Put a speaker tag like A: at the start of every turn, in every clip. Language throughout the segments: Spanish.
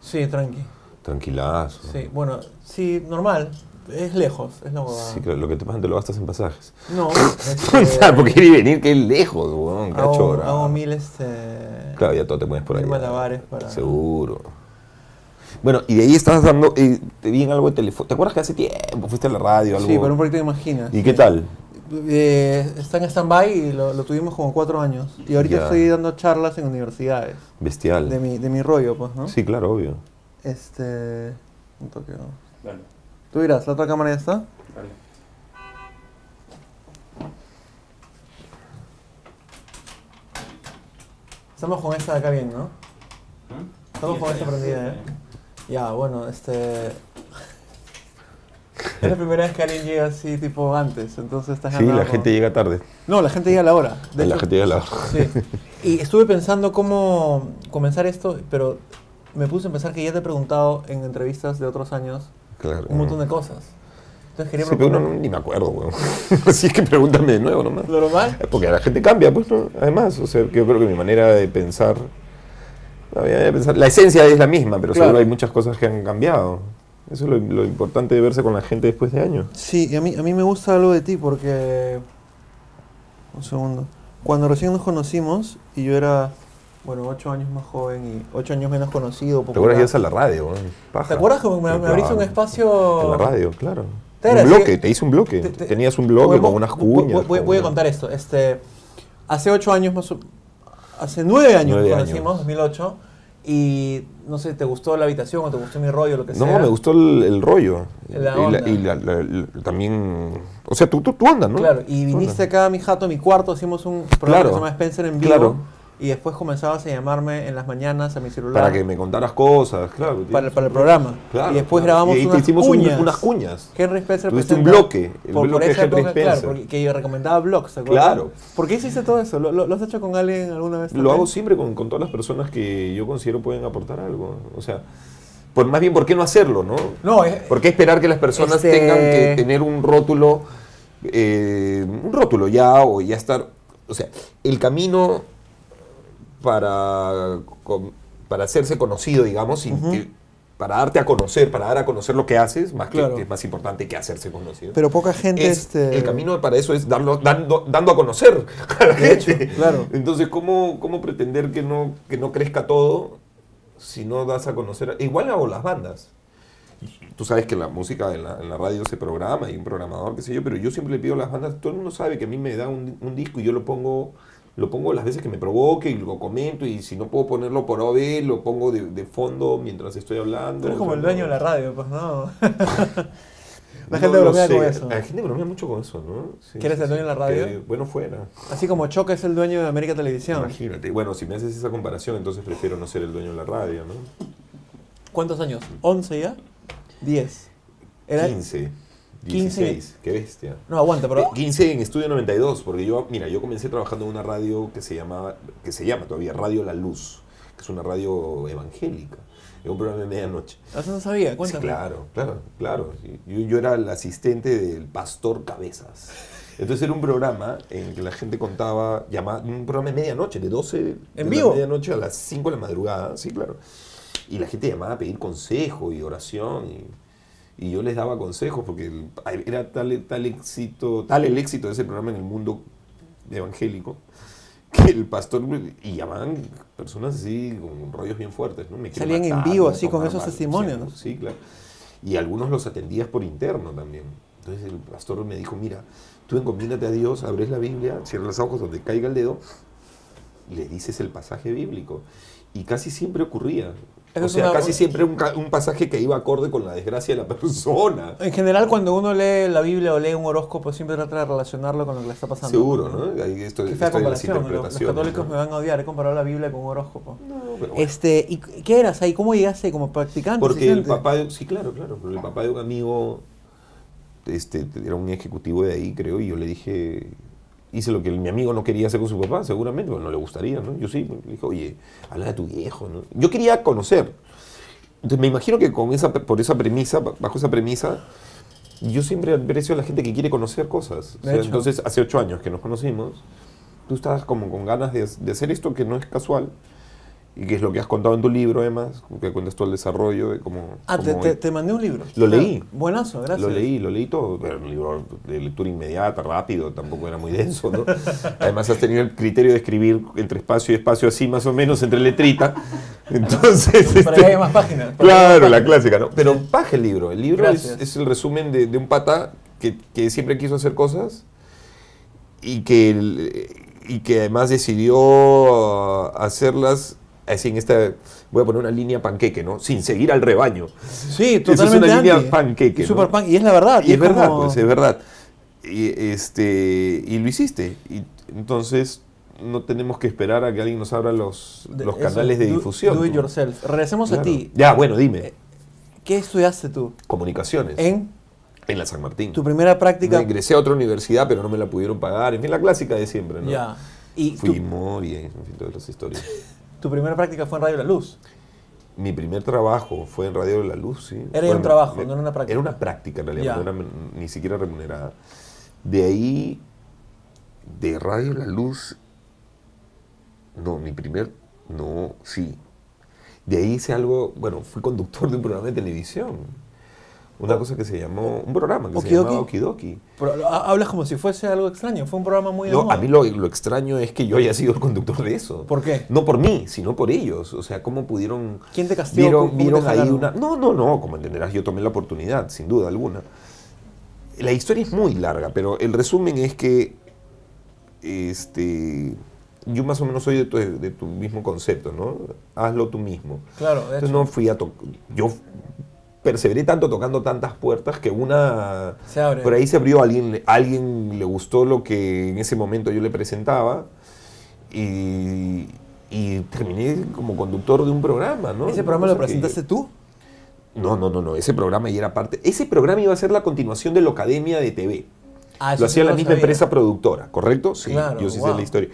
A: Sí, tranqui.
B: Tranquilazo.
A: Sí, bueno, sí, normal. Es lejos, es lo que va.
B: Sí, claro, lo que te pasan te lo gastas en pasajes.
A: No,
B: O sea,
A: este,
B: porque ir y venir, que es lejos, weón,
A: hago,
B: cachorra.
A: hago mil, este,
B: Claro, ya todo te pones por ahí.
A: mil malabares para...
B: Seguro. Bueno, y de ahí estás dando, eh, te vi en algo de teléfono. ¿Te acuerdas que hace tiempo fuiste a la radio? Algo?
A: Sí, para un proyecto de Imagina.
B: ¿Y qué tal?
A: Eh, está en stand-by y lo, lo tuvimos como cuatro años. Y ahorita
B: Ya.
A: estoy dando charlas en universidades.
B: Bestial.
A: De mi, de mi rollo, pues, ¿no?
B: Sí, claro, obvio.
A: Este. Un toque. ¿no?
C: Dale,
A: Tú dirás, ¿la otra cámara ya está?
C: dale.
A: Estamos con esta de acá bien, ¿no?
C: ¿Ah?
A: Estamos con esta prendida, ¿eh? Ya, bueno, este. Es la primera vez que alguien llega así, tipo antes, entonces estás
B: Sí, la
A: ganado.
B: gente llega tarde.
A: No, la gente llega a la hora. de
B: la
A: hecho,
B: gente llega a la
A: Sí. Y estuve pensando cómo comenzar esto, pero me puse a pensar que ya te he preguntado en entrevistas de otros años
B: Claro.
A: un montón de cosas. Entonces quería
B: Sí, pero no,
A: proponer-
B: ni me acuerdo, weón. Así es que pregúntame de nuevo nomás.
A: ¿Lo normal?
B: Porque la gente cambia, pues, ¿no? además. O sea, que yo creo que mi manera de pensar, la manera de pensar- la esencia es la misma, pero
A: Claro.
B: seguro hay muchas cosas que han cambiado. Eso es lo, lo importante de verse con la gente después de años.
A: Sí, y a mí, a mí me gusta algo de ti porque... Un segundo. Cuando recién nos conocimos y yo era, bueno, ocho años más joven y ocho años menos conocido.
B: ¿Te acuerdas
A: popular.
B: que ibas a la radio? weón? Paja.
A: ¿Te acuerdas que me, me
B: Claro.
A: abriste un espacio...
B: En la radio, claro.
A: Te
B: Un
A: agradezco.
B: bloque, te hice un bloque.
A: Te- te-
B: Tenías un bloque
A: Podemos-
B: con unas
A: voy- voy-
B: cuñas.
A: Voy,
B: con
A: voy a
B: una-
A: contar esto. Este, hace ocho años más o- Hace nueve años
B: Nueve
A: nos
B: años.
A: conocimos, 2008. Y no sé, ¿te gustó la habitación o te gustó mi rollo, lo que
B: No,
A: sea?
B: me gustó el, el rollo.
A: La
B: y
A: onda.
B: y la- la- la- también. O sea, tú, tú, tú andas, ¿no?
A: Claro, y
B: Tú
A: viniste
B: andas.
A: acá a mi jato, a mi cuarto, hicimos un programa
B: Claro,
A: que se llama Spencer en vivo.
B: claro.
A: Y después comenzabas a llamarme en las mañanas a mi celular.
B: Para que me contaras cosas, claro.
A: para, para el programa.
B: Claro,
A: y después
B: claro.
A: grabamos
B: Y ahí te
A: unas,
B: hicimos un-
A: cuñas.
B: unas cuñas.
A: Henry Spencer
B: Tuviste un
A: presenta-
B: bloque, el bloque
A: esa
B: de Henry
A: época,
B: Spencer.
A: Claro, porque, que yo recomendaba blogs, ¿te acuerdas?
B: Claro.
A: ¿Por qué hiciste todo eso? ¿Lo, lo- lo has hecho con alguien alguna vez?
B: Lo
A: también?
B: hago siempre con, con todas las personas que yo considero pueden aportar algo. O sea, por, más bien, ¿por qué no hacerlo, no?
A: No, es,
B: ¿Por qué esperar que las personas
A: Este-
B: tengan que tener un rótulo, eh, un rótulo ya o ya estar, o sea, el camino para con- para hacerse conocido, digamos, y- y para darte a conocer, para dar a conocer lo que haces, más que-
A: Claro.
B: que es más importante que hacerse conocido.
A: pero poca gente...
B: Es-
A: este,
B: El camino para eso es darlo, dando, dando a conocer a la
A: De hecho,
B: gente.
A: claro.
B: Entonces, ¿cómo, cómo pretender que no, que no crezca todo si no das a conocer? Igual hago las bandas. Tú sabes que la música en la, en la radio se programa, hay un programador, qué sé yo, pero yo siempre le pido a las bandas, todo el mundo sabe que a mí me da un, un disco y yo lo pongo lo pongo las veces que me provoque y lo comento y si no puedo ponerlo por OB, lo pongo de, de fondo mientras estoy hablando.
A: Tú eres como
B: O sea,
A: el
B: no-
A: dueño de la radio, pues no. La
B: no
A: gente
B: lo
A: bromea
B: sé.
A: con eso.
B: La gente bromea mucho con eso, ¿no? Sí,
A: ¿Quieres
B: sí,
A: el dueño
B: sí.
A: de la radio?
B: Que, bueno, fuera.
A: Así como Choca es el dueño de América Televisión.
B: Imagínate. Bueno, si me haces esa comparación, entonces prefiero no ser el dueño de la radio, ¿no?
A: ¿Cuántos años? ¿11 ya? ¿10? Era-
B: 15.
A: 15.
B: 16. Qué bestia.
A: No, aguanta, pero...
B: Eh, 15 en Estudio 92, porque yo, mira, yo comencé trabajando en una radio que se llamaba, que se llama todavía Radio La Luz, que es una radio evangélica, en un programa de medianoche.
A: Ah, Eso no sabía,
B: Sí,
A: cuéntame.
B: claro, claro, claro. Yo, yo era el asistente del pastor Cabezas. Entonces era un programa en que la gente contaba, llamaba, un programa de medianoche, de 12 de la
A: vivo?
B: medianoche a las 5 de la madrugada, sí, claro. Y la gente llamaba a pedir consejo y oración. Y, y yo les daba consejos porque el- era tal, tal éxito, tal el éxito de ese programa en el mundo evangélico que el pastor y llamaban personas así con rollos bien fuertes, ¿no? Me quiere
A: Salían en
B: matar,
A: vivo,
B: me va a
A: así, con
B: tomar
A: esos
B: mal,
A: testimonios.
B: Sí, claro. Y algunos los atendías por interno también. Entonces el pastor me dijo, mira, tú encomiéndate a Dios, abres la Biblia, cierras los ojos donde caiga el dedo, y le dices el pasaje bíblico. Y casi siempre ocurría.
A: Eso
B: o
A: es
B: sea,
A: una-
B: casi siempre un, ca- un pasaje que iba acorde con la desgracia de la persona.
A: En general, cuando uno lee la Biblia o lee un horóscopo, siempre trata de relacionarlo con lo que le está pasando.
B: Seguro, ¿no? Ahí esto,
A: Qué
B: esto
A: fea
B: de las
A: comparación. Los, los
B: interpretaciones.
A: católicos
B: ¿no?
A: me van a odiar. He comparado la Biblia con un horóscopo.
B: No, pero bueno.
A: Este, ¿Y qué eras ahí? ¿Cómo llegaste como practicante?
B: Porque el
A: asistente?
B: papá, de- sí, claro, claro, pero el papá de un amigo este, era un ejecutivo de ahí, creo, y yo le dije, hice lo que mi amigo no quería hacer con su papá, seguramente, porque no le gustaría, ¿no? Yo sí, le dije, oye, habla de tu viejo, ¿no? Yo quería conocer. Entonces me imagino que con esa, por esa premisa, bajo esa premisa, yo siempre aprecio a la gente que quiere conocer cosas. O
A: De
B: sea,
A: hecho.
B: entonces, hace ocho años que nos conocimos, tú estabas como con ganas de, de hacer esto que no es casual y que es lo que has contado en tu libro, además, que cuentas todo el desarrollo de cómo...
A: Ah, te,
B: cómo-
A: te- te mandé un libro.
B: Lo leí.
A: Buenazo, gracias.
B: Lo leí, lo leí todo. Era un libro de lectura inmediata, rápido, tampoco era muy denso, ¿no? Además, has tenido el criterio de escribir entre espacio y espacio, así más o menos, entre letrita. Entonces.
A: Para
B: este,
A: que haya más páginas. para que haya
B: Claro,
A: más
B: la clásica, ¿no? Pero paja el libro. El libro es,
A: Gracias.
B: es el resumen de, de un pata que, que siempre quiso hacer cosas y que, el- y que además decidió ah, hacerlas así en esta. Voy a poner una línea panqueque, ¿no? Sin seguir al rebaño.
A: páginas. Sí,
B: Eso es una
A: totalmente.
B: línea
A: anti.
B: panqueque,
A: Y super
B: ¿no?
A: pan- Ah, Y es la verdad.
B: Y es verdad,
A: como-
B: pues es verdad. Y, este, y lo hiciste. Y entonces no tenemos que esperar a que alguien nos abra los,
A: de-
B: los
A: eso,
B: canales de
A: do-
B: difusión.
A: Do it
B: ¿no?
A: yourself. Regresemos a
B: Claro.
A: ti.
B: Ya, bueno, dime.
A: ¿Qué estudiaste tú?
B: Comunicaciones. En,
A: En
B: la San Martín.
A: Eh, tu primera práctica.
B: Me ingresé a otra universidad, pero no me la pudieron pagar. En fin, la clásica de siempre, ¿no?
A: Ya. Y
B: Fui
A: tu,
B: Mori, en fin, todas las historias.
A: tu primera práctica fue en Radio La Luz.
B: Mi primer trabajo fue en Radio de la Luz, sí.
A: Era ya un trabajo, no era una práctica.
B: Era una práctica, en realidad,
A: Ya.
B: no era men- ni siquiera remunerada. De ahí, de Radio de la Luz, no, mi primer, no, sí. De ahí hice algo, bueno, fui conductor de un programa de televisión. Una cosa que se llamó, un programa que se
A: ¿Okidoki?
B: llamaba Okidoki.
A: Pero ha- hablas como si fuese algo extraño. Fue un programa muy de
B: No,
A: moda.
B: a mí lo, lo extraño es que yo haya sido el conductor de eso.
A: ¿Por qué?
B: No por mí, sino por ellos. O sea, cómo pudieron...
A: ¿Quién te castigó?
B: Vieron,
A: ¿Cómo te
B: vieron ahí
A: jalaron?
B: una... No, no, no, como entenderás, yo tomé la oportunidad, sin duda alguna. La historia es muy larga, pero el resumen es que este, yo más o menos soy de tu, de tu mismo concepto, ¿no? Hazlo tú mismo.
A: Claro, de hecho.
B: Entonces no fui a tocar... Yo perseveré tanto tocando tantas puertas que una...
A: Se abre.
B: Por ahí se abrió, alguien, le- alguien le gustó lo que en ese momento yo le presentaba y, y terminé como conductor de un programa, ¿no?
A: ¿Ese programa lo
B: Cosa que-
A: presentaste tú?
B: No, no, no, no, ese programa ya era parte... Ese programa iba a ser la continuación de la Academia de TV.
A: Ah, eso
B: Lo
A: sí
B: hacía
A: no
B: la misma
A: sabía.
B: empresa productora, ¿correcto? Sí,
A: Claro,
B: yo sí sé
A: guau.
B: la historia.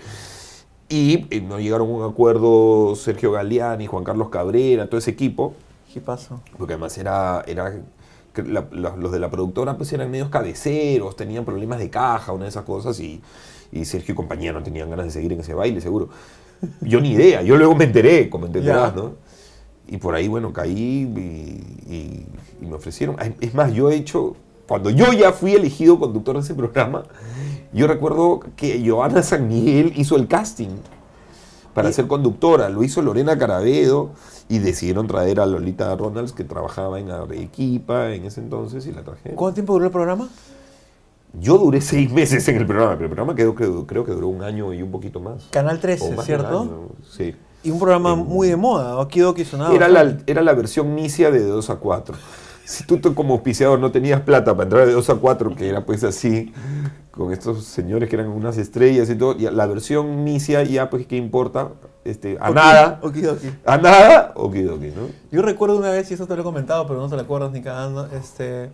B: Y eh, no llegaron a un acuerdo Sergio Galeani, Juan Carlos Cabrera, todo ese equipo,
A: ¿Qué pasó?
B: porque además era, era que la- la- los de la productora pues eran medios cabeceros, tenían problemas de caja, una de esas cosas, y, y Sergio y compañía no tenían ganas de seguir en ese baile, seguro. Yo ni idea, yo luego me enteré, como entenderás,
A: Ya.
B: ¿no? Y por ahí, bueno, caí y, y- y me ofrecieron. Ay, Es más, yo he hecho, cuando yo ya fui elegido conductor de ese programa, yo recuerdo que Joana San Miguel hizo el casting para
A: Y-
B: ser conductora. Lo hizo Lorena Carabedo y decidieron traer a Lolita Ronalds, que trabajaba en Arequipa en ese entonces, y la trajeron.
A: ¿Cuánto tiempo duró el programa?
B: Yo duré seis meses en el programa, pero el programa quedó, creo, creo que duró un año y un poquito más.
A: Canal
B: O
A: 13,
B: más de un
A: ¿cierto?
B: año, Sí.
A: Y un programa
B: En-
A: muy de moda. Okidoki sonaba.
B: Era
A: bastante.
B: la, era la versión misia de 2 a 4. Si tú to- como auspiciador no tenías plata para entrar de 2 a 4, que era pues así, con estos señores que eran unas estrellas y todo, y la versión misia ya pues qué importa, este, a
A: Oki-
B: nada,
A: Okidoki.
B: a nada, okidoki, ¿no?
A: Yo recuerdo una vez, y eso te lo he comentado, pero no te lo acuerdas ni cagando, este,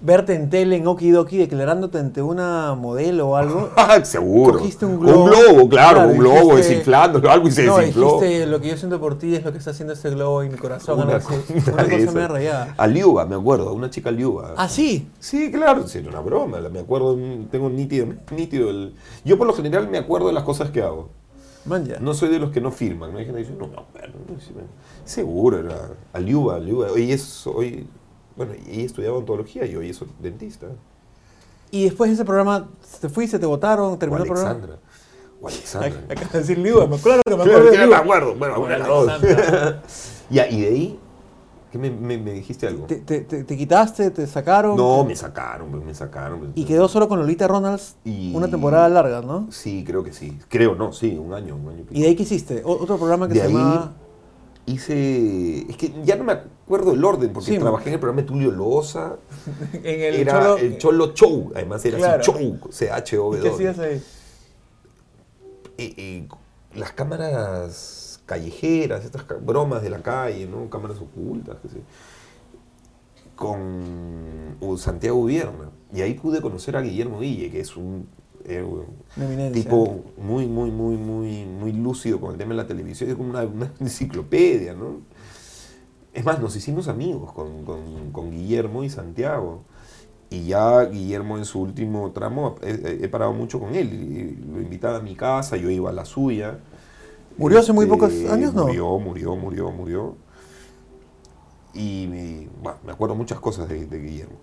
A: verte en tele en Okidoki declarándote ante una modelo o algo.
B: Ah, seguro.
A: Cogiste un globo.
B: claro,
A: Claro,
B: un globo,
A: dijiste-
B: desinflándolo, algo y se
A: no,
B: desinfló.
A: dijiste, lo que yo siento por ti es lo que está haciendo este globo y mi corazón.
B: Una
A: algo así.
B: cosa
A: Una
B: de
A: cosa
B: esas.
A: me rayada.
B: A Liuba, me acuerdo, a una chica Liuba.
A: Ah, sí.
B: Sí, claro, sí, era una broma, la- me acuerdo, mm, tengo nítido, nítido el... Yo por lo general me acuerdo de las cosas que hago.
A: Man, ya.
B: No soy de los que no firman. ¿no? Hay gente que dice, no, no, bueno, no, sí, bueno. seguro era. Aliuba, Aliuba. Hoy es, hoy, bueno, ella estudiaba ontología y hoy es dentista.
A: Y después de ese programa, te fuiste, te votaron,
B: O
A: terminó el programa.
B: Alexandra. O
A: Ay,
B: Alexandra.
A: Acabas de decir Liuba, me acuerdo que me
B: Claro,
A: acuerdo de
B: tiene me
A: Liuba.
B: acuerdo. Bueno,
A: Bueno,
B: una de las dos.
A: Alexandra.
B: ya, y de ahí, ¿qué me, me- me dijiste algo?
A: Te, te- te- te quitaste, te sacaron.
B: No,
A: te-
B: me sacaron, pues, me sacaron. pues.
A: Y quedó solo con Lolita Ronalds
B: Y-
A: una temporada larga, ¿no?
B: Sí, creo que sí. Creo, no, sí, un año, un año y pico.
A: ¿Y de ahí qué hiciste? O- otro programa que
B: De
A: se
B: ahí-
A: llamaba...
B: Hice. Es que ya no me acuerdo el orden, porque
A: Sí,
B: trabajé en el programa de Tulio Loza.
A: En el
B: era
A: cholo,
B: el Cholo Show, además era
A: Claro.
B: así, Show, C-H-O-W.
A: ¿Qué hacías ahí?
B: Y- y Eh, las cámaras callejeras, estas ca- bromas de la calle, ¿no? Cámaras ocultas, qué sé. Con uh, Santiago Vierna. Y ahí pude conocer a Guillermo Guille, que es un, eh, un
A: Una eminencia.
B: tipo muy, muy, muy, muy, muy lúcido con el tema de la televisión. Es como una, una enciclopedia, ¿no? Es más, nos hicimos amigos con, con- con Guillermo y Santiago. Y ya Guillermo en su último tramo, he, he- he parado mucho con él. y Lo invitaba a mi casa, yo iba a la suya.
C: ¿Murió hace muy
B: Este,
C: pocos años, no?
B: Murió, murió, murió, murió. Y me, bueno, me acuerdo muchas cosas de, de Guillermo.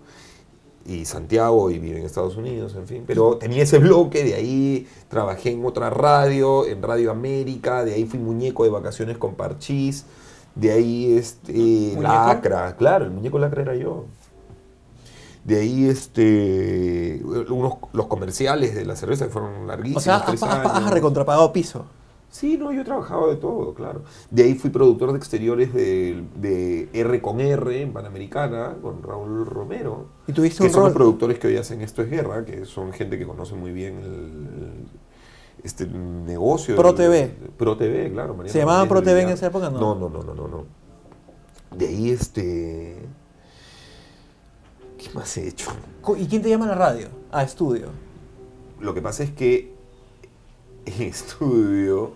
B: Y Santiago, y vive en Estados Unidos, en fin. Pero tenía ese bloque, de ahí trabajé en otra radio, en Radio América, de ahí fui muñeco de vacaciones con Parchís, de ahí este,
C: ¿Muñeco?
B: Lacra, claro, el muñeco Lacra era yo. De ahí este, unos, los comerciales de la cerveza que fueron
C: O
B: larguísimos.
C: sea, ah, has,
B: tres
C: has- has
B: años.
C: recontrapagado piso.
B: Sí, no, yo he trabajado de todo, claro. De ahí fui productor de exteriores de, de R con R en Panamericana con Raúl Romero,
C: Y tuviste
B: que
C: un
B: son los
C: rol.
B: productores que hoy hacen Esto es Guerra, que son gente que conoce muy bien el, este negocio.
C: Pro
B: del-
C: TV.
B: Pro TV, claro. Mariana
C: ¿Se llamaba
B: Rodríguez
C: Pro TV en
B: Delgado.
C: esa época? No.
B: No, no, no, no, no. no. De ahí este... ¿Qué más he hecho?
C: Co- ¿Y quién te llama a la radio? A estudio.
B: Lo que pasa es que en estudio,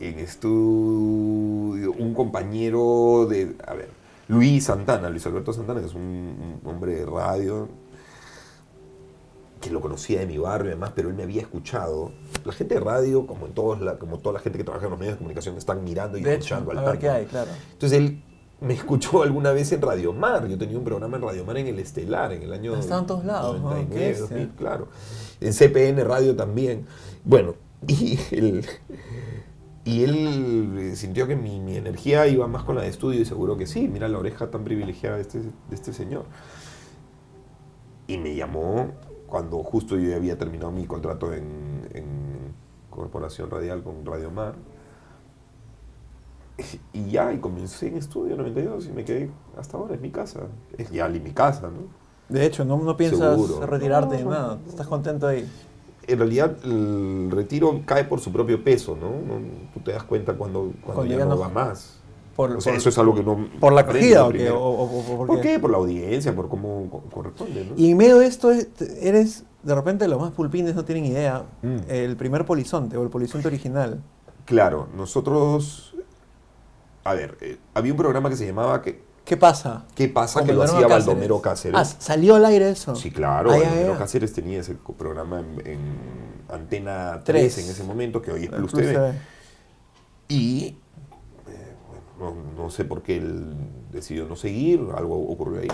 B: en estudio, un compañero de, a ver, Luis Santana, Luis Alberto Santana, que es un, un hombre de radio, que lo conocía de mi barrio y demás, pero él me había escuchado. La gente de radio, como, en todos la, como toda la gente que trabaja en los medios de comunicación, están mirando y
C: De hecho,
B: escuchando al
C: a ver qué
B: tanto.
C: hay, claro.
B: Entonces él me escuchó alguna vez en Radio Mar. Yo tenía un programa en Radio Mar en el Estelar, en el año
C: Ah, estaba en todos lados, ¿no?
B: 99,
C: Qué
B: 2000,
C: bestia.
B: claro. En CPN Radio también. Bueno, y él, y él eh, sintió que mi, mi energía iba más con la de estudio y seguro que sí. Mira la oreja tan privilegiada de este, de este señor. Y me llamó cuando justo yo ya había terminado mi contrato en, en Corporación Radial con Radio Mar. Y ya, y comencé en estudio 92 y me quedé hasta ahora, es mi casa. Es ya li- mi casa, ¿no?
C: De hecho, no, no piensas
B: Seguro.
C: retirarte ni
B: No, no,
C: nada. Estás contento ahí.
B: En realidad, el retiro cae por su propio peso, ¿no? No- Tú te das cuenta cuando, cuando,
C: Cuando
B: ya,
C: ya
B: no
C: no-
B: va más.
C: Por,
B: O sea,
C: por-
B: eso es algo que no.
C: por la
B: aprendes
C: acogida o, qué?
B: primero.
C: O- o- o- o
B: ¿Por, qué? Por la audiencia, por cómo co- corresponde, ¿no?
C: Y en medio de esto, es- te- eres de repente los más pulpines, no tienen idea.
B: Mm.
C: El primer polizonte o el polizonte original.
B: Claro, nosotros. A ver, eh, había un programa que se llamaba que,
C: ¿Qué pasa?
B: ¿Qué pasa?
C: Con
B: que lo
C: Baldomero
B: hacía
C: Cáceres.
B: Baldomero Cáceres.
C: Ah, ¿salió al aire eso?
B: Sí, claro,
C: Ah, ya,
B: Baldomero
C: ya.
B: Cáceres tenía ese co- programa en, en Antena 3,
C: Tres.
B: en ese momento, que hoy es
C: El
B: Plus,
C: Plus
B: TV.
C: TV.
B: Y eh, bueno, no, no sé por qué él decidió no seguir, algo ocurrió ahí.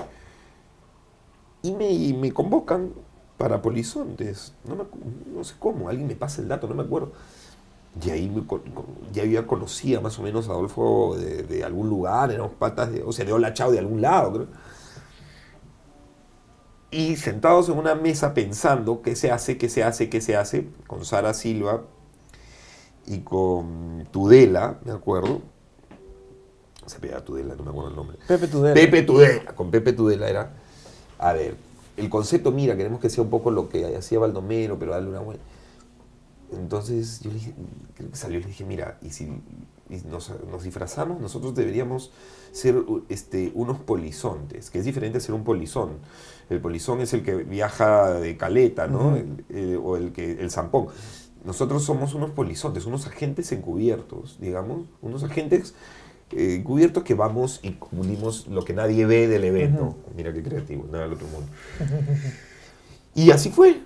B: Y me, y me convocan para Polizontes, no, me acu- no sé cómo, alguien me pasa el dato, no me acuerdo. Y ahí me con- con- ya yo ya conocía más o menos a Adolfo de, de algún lugar, éramos patas, de, o sea, de Hola Chao de algún lado, creo. Y sentados en una mesa pensando qué se hace, qué se hace, qué se hace, con Sara Silva, y con Tudela, me acuerdo. Se pega Tudela, no me acuerdo el nombre.
C: Pepe Tudela.
B: Pepe Tudela, con Pepe Tudela era. A ver, el concepto, mira, queremos que sea un poco lo que hacía Baldomero, pero darle una vuelta. Entonces yo le dije, creo que salió, y le dije, mira, y si y nos, nos disfrazamos, nosotros deberíamos ser u- este, unos polizontes, que es diferente a ser un polizón. El polizón es el que viaja de caleta, ¿no?
C: Ujú.
B: El- eh, o el que el zampón. Nosotros somos unos polizontes, unos agentes encubiertos, digamos, unos agentes eh, encubiertos que vamos y cubrimos lo que nadie ve del evento. Mira qué creativo, nada del otro mundo. y así fue.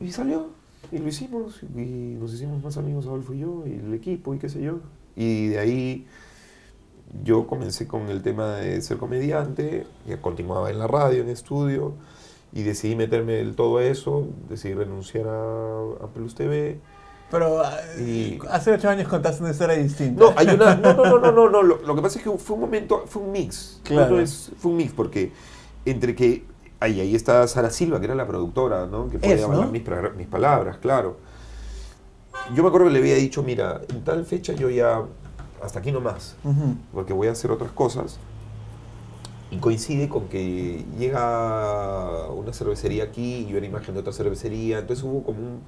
B: Y salió, y lo hicimos, y nos hicimos más amigos Adolfo y yo, y el equipo, y qué sé yo. Y de ahí yo comencé con el tema de ser comediante, y continuaba en la radio, en estudio, y decidí meterme del todo a eso, decidí renunciar a, a Plus TV.
C: Pero ah,
B: Y-
C: hace ocho años contaste una historia distinta.
B: No, hay una, no, no, no, no, no, no, lo, lo que pasa es que fue un momento, fue un mix.
C: Claro.
B: No, no es- fue un mix, porque entre que, ahí, ahí está Sara Silva, que era la productora, ¿no? Que podía
C: Es, ¿no?
B: avalar mis, pra- mis palabras, claro. Yo me acuerdo que le había dicho, mira, en tal fecha yo ya, hasta aquí nomás,
C: Ujú.
B: porque voy a hacer otras cosas. Y coincide con que llega una cervecería aquí y yo era imagen de otra cervecería. Entonces hubo como un,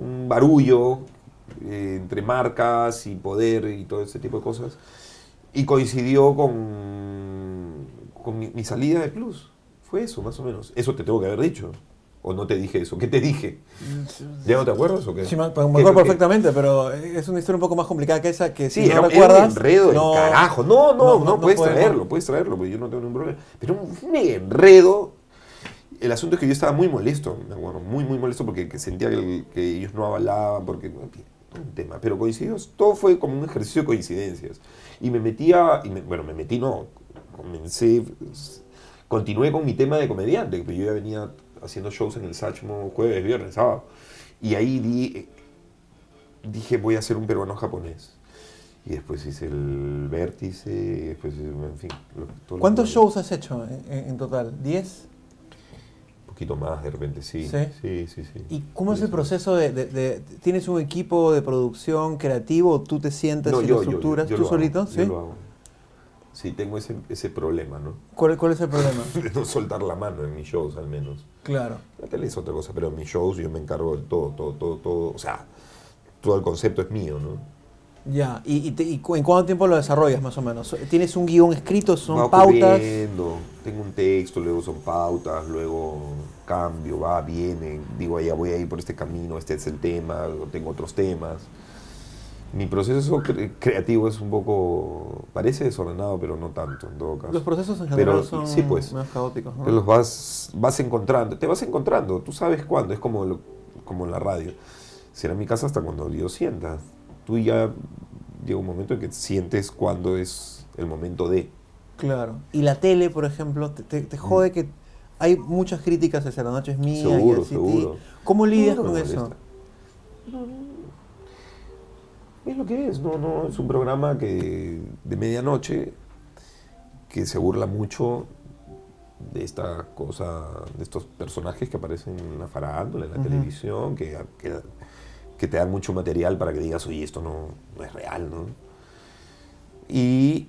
B: un barullo eh, entre marcas y poder y todo ese tipo de cosas. Y coincidió con, con mi, mi salida de Plus. Fue eso, más o menos. Eso te tengo que haber dicho. ¿O no te dije eso? ¿Qué te dije? ¿Ya no te acuerdas o qué?
C: Sí, me, me
B: ¿Qué-
C: acuerdo
B: qué-
C: perfectamente, pero es una historia un poco más complicada que esa que si
B: Sí,
C: no
B: era, un- era
C: recuerdas.
B: un enredo del
C: no-
B: carajo. No, no, no, puedes pues,
C: podemos.
B: traerlo, puedes traerlo, porque yo no tengo ningún problema. Pero un mega enredo el asunto es que yo estaba muy molesto, me acuerdo, muy, muy molesto porque que sentía que, el- que ellos no avalaban, porque un tema, pero coincidimos, todo fue como un ejercicio de coincidencias. Y me metía, y me- bueno, me metí, no, comencé, s- continué con mi tema de comediante, que yo ya venía haciendo shows en el Sachmo jueves, viernes, sábado. Y ahí di, dije, voy a hacer un peruano japonés. Y después hice el vértice, y después, en fin. lo- todo lo
A: ¿Cuántos
B: que-
A: shows has hecho en, en- en total? ¿10?
B: Un poquito más de repente, sí.
A: Sí.
B: Sí, sí, sí.
A: ¿Y cómo es el
B: Sí.
A: proceso de, de- de- ¿Tienes un equipo de producción creativo? ¿Tú te sientas
B: No,
A: y lo estructuras
B: yo
A: tú
B: lo hago,
A: solito?
B: Yo
A: ¿Sí?
B: lo hago. Sí, tengo ese, ese problema, ¿no?
A: ¿Cuál, cuál es el problema?
B: De no soltar la mano en mis shows, al menos.
A: claro.
B: La tele es otra cosa, pero en mis shows yo me encargo de todo, todo, todo, todo. O sea, todo el concepto es mío, ¿no?
A: Ya. ¿Y, y te- y cu- en cuánto tiempo lo desarrollas más o menos? ¿Tienes un guión escrito? ¿Son
B: Va
A: pautas?
B: ocurriendo, Tengo un texto, luego son pautas, luego cambio, va, viene. Digo, allá voy a ir por este camino, este es el tema, o tengo otros temas. Mi proceso cre- creativo es un poco. parece desordenado, pero no tanto, en todo caso.
A: Los procesos en general
B: Pero,
A: son
B: sí, pues.
A: menos caóticos. ¿no?
B: Te los vas, vas encontrando, te vas encontrando, tú sabes cuándo, es como, lo- como en la radio. Será en mi casa hasta cuando Dios sienta. Tú ya llega un momento en que sientes cuándo es el momento de.
A: Claro. Y la tele, por ejemplo, te, te- te jode que hay muchas críticas hacia la noche es mía. y
B: Mm. Seguro,
A: así,
B: seguro.
A: ti. ¿Cómo lidias
B: No me
A: con eso?
B: molesta. No, no. Es lo que es, no, no, es un programa que de medianoche que se burla mucho de esta cosa, de estos personajes que aparecen en la farándula, en la
A: Ujú.
B: televisión, que, que, que te dan mucho material para que digas, oye, esto no, no es real, ¿no? Y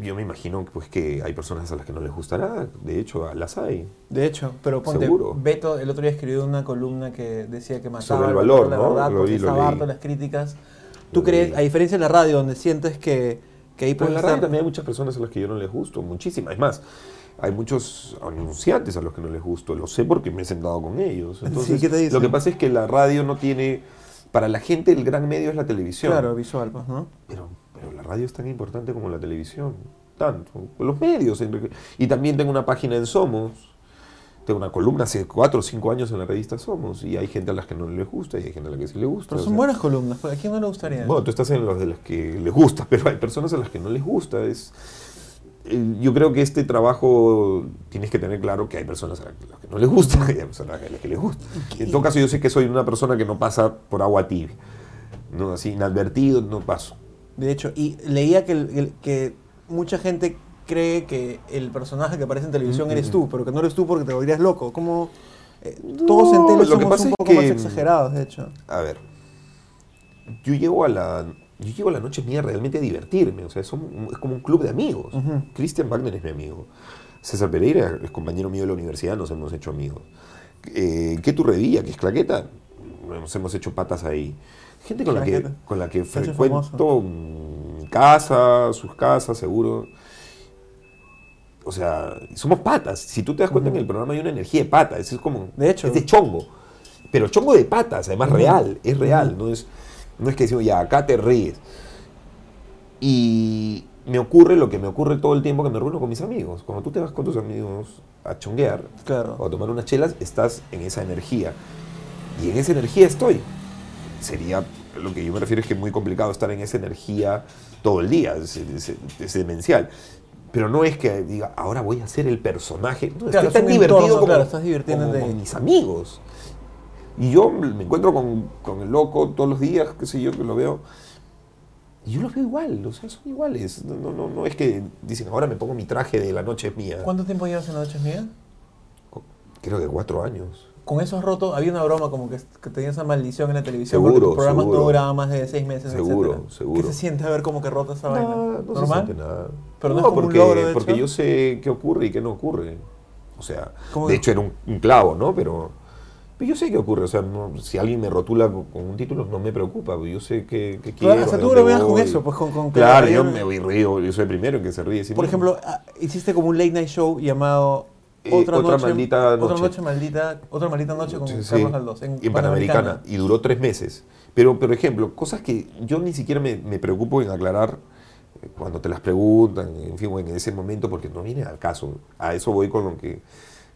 B: yo me imagino pues, que hay personas a las que no les gustará, de hecho, a- las hay.
A: De hecho, pero ponte,
B: Seguro.
A: Beto el otro día escribió una columna que decía que mataba
B: Sobre el
A: al
B: valor,
A: la
B: ¿no?
A: verdad,
B: Lo
A: porque
B: vi, lo
A: estaba
B: leí.
A: harto de las críticas. ¿Tú
B: Lo
A: crees,
B: leí.
A: a diferencia de la radio, donde sientes que, que ahí
B: Y por
A: puedes
B: la radio
A: estar-
B: también hay muchas personas a las que yo no les gusto, muchísimas. Es más, hay muchos anunciantes a los que no les gusto. Lo sé porque me he sentado con ellos. Entonces,
A: ¿qué te dicen?
B: Lo que pasa es que la radio no tiene... Para la gente el gran medio es la televisión.
A: Claro, visual, pues, ¿no?
B: Pero, pero la radio es tan importante como la televisión. Tanto. Los medios. en- Y también tengo una página en Somos. Tengo una columna hace cuatro o cinco años en la revista Somos. Y hay gente a las que no les gusta y hay gente a la que sí le gusta.
A: Pero
B: o
A: son
B: sea,
A: buenas columnas, pues, ¿a quién no le gustaría?
B: bueno, tú estás en los de las que les gusta, pero hay personas a las que no les gusta. Es, eh, yo creo que este trabajo tienes que tener claro que hay personas a las que- las que no les gusta y hay personas a las que les gusta. En todo caso, yo sé que soy una persona que no pasa por agua tibia. No, así inadvertido no paso.
A: De hecho, y leía que, el- el- que mucha gente cree que el personaje que aparece en
B: Mm,
A: televisión eres tú, pero que no eres tú porque te volverías loco. Como eh, todos en
B: No,
A: tele
B: lo que
A: somos
B: pasa
A: un
B: es
A: poco
B: que-
A: más exagerados, de hecho.
B: A ver, yo llego a la, yo llego a la noche mía realmente a divertirme. O sea, es, un- es como un club de amigos.
A: Ujú.
B: Christian Wagner es mi amigo. César Pereira es compañero mío de la universidad, nos hemos hecho amigos. Eh, Ketu Revilla, que es claqueta, nos hemos hecho patas ahí. Gente con, la que,
A: Claqueta.
B: con la que
A: Se ha hecho
B: frecuento
A: famoso.
B: mi casa, sus casas, seguro. O sea, somos patas. Si tú te das cuenta en el programa hay una energía de pata. Es como.
A: De hecho.
B: Es de chongo. Pero chongo de patas, además real. Es real. No es, no es que decimos, ya, acá te ríes. Y me ocurre lo que me ocurre todo el tiempo que me reúno con mis amigos. Cuando tú te vas con tus amigos a chonguear o
A: Claro.
B: a tomar unas chelas, estás en esa energía. Y en esa energía estoy. Sería, lo que yo me refiero es que es muy complicado estar en esa energía todo el día, es, es- es demencial. Pero no es que diga, ahora voy a ser el personaje. No,
A: Claro,
B: estoy
A: es
B: tan
A: un
B: divertido
A: entorno,
B: como,
A: claro, estás divirtiéndote.
B: como con mis amigos. Y yo me encuentro con, con el loco todos los días, qué sé yo, que lo veo. Y yo los veo igual, o sea, son iguales. No, no, no, no es que dicen, ahora me pongo mi traje de la noche es mía.
A: ¿Cuánto tiempo llevas en Noches Mía?
B: Creo que cuatro años.
A: Con esos rotos, había una broma como que, que tenía esa maldición en la televisión porque
B: Seguro,
A: tus programas no
B: seguro.
A: duraban más de seis meses,
B: Seguro,
A: etcétera.
B: seguro.
A: ¿Qué se siente haber como que roto esa
B: No,
A: vaina?
B: no se
A: ¿Normal?
B: siente nada.
A: Pero no es como un
B: porque,
A: logro, de
B: porque
A: hecho.
B: yo sé qué ocurre y qué no ocurre. O sea,
A: ¿Cómo
B: de
A: que?
B: hecho era un, un clavo, ¿no? Pero, pero yo sé qué ocurre. O sea, no- si alguien me rotula con con un título, no me preocupa. porque Yo sé qué, qué
A: Claro,
B: quiero.
A: o sea,
B: de
A: tú
B: dónde
A: bromeas con
B: voy.
A: eso, pues, con- con que
B: claro,
A: la
B: yo
A: radio-
B: me voy y río. Yo soy el primero en que se ríe. sí
A: Por
B: mismo.
A: ejemplo, ah, hiciste como un late night show llamado
B: Eh,
A: Otra,
B: Otra
A: noche,
B: Maldita
A: Otra
B: Noche.
A: noche maldita, otra maldita noche con
B: Sí, sí.
A: Carlos Aldós en, Panamericana.
B: Y duró tres meses. Pero, por ejemplo, cosas que yo ni siquiera me, me preocupo en aclarar eh, cuando te las preguntan, en fin, o en ese momento, porque no viene al caso. A eso voy con lo que,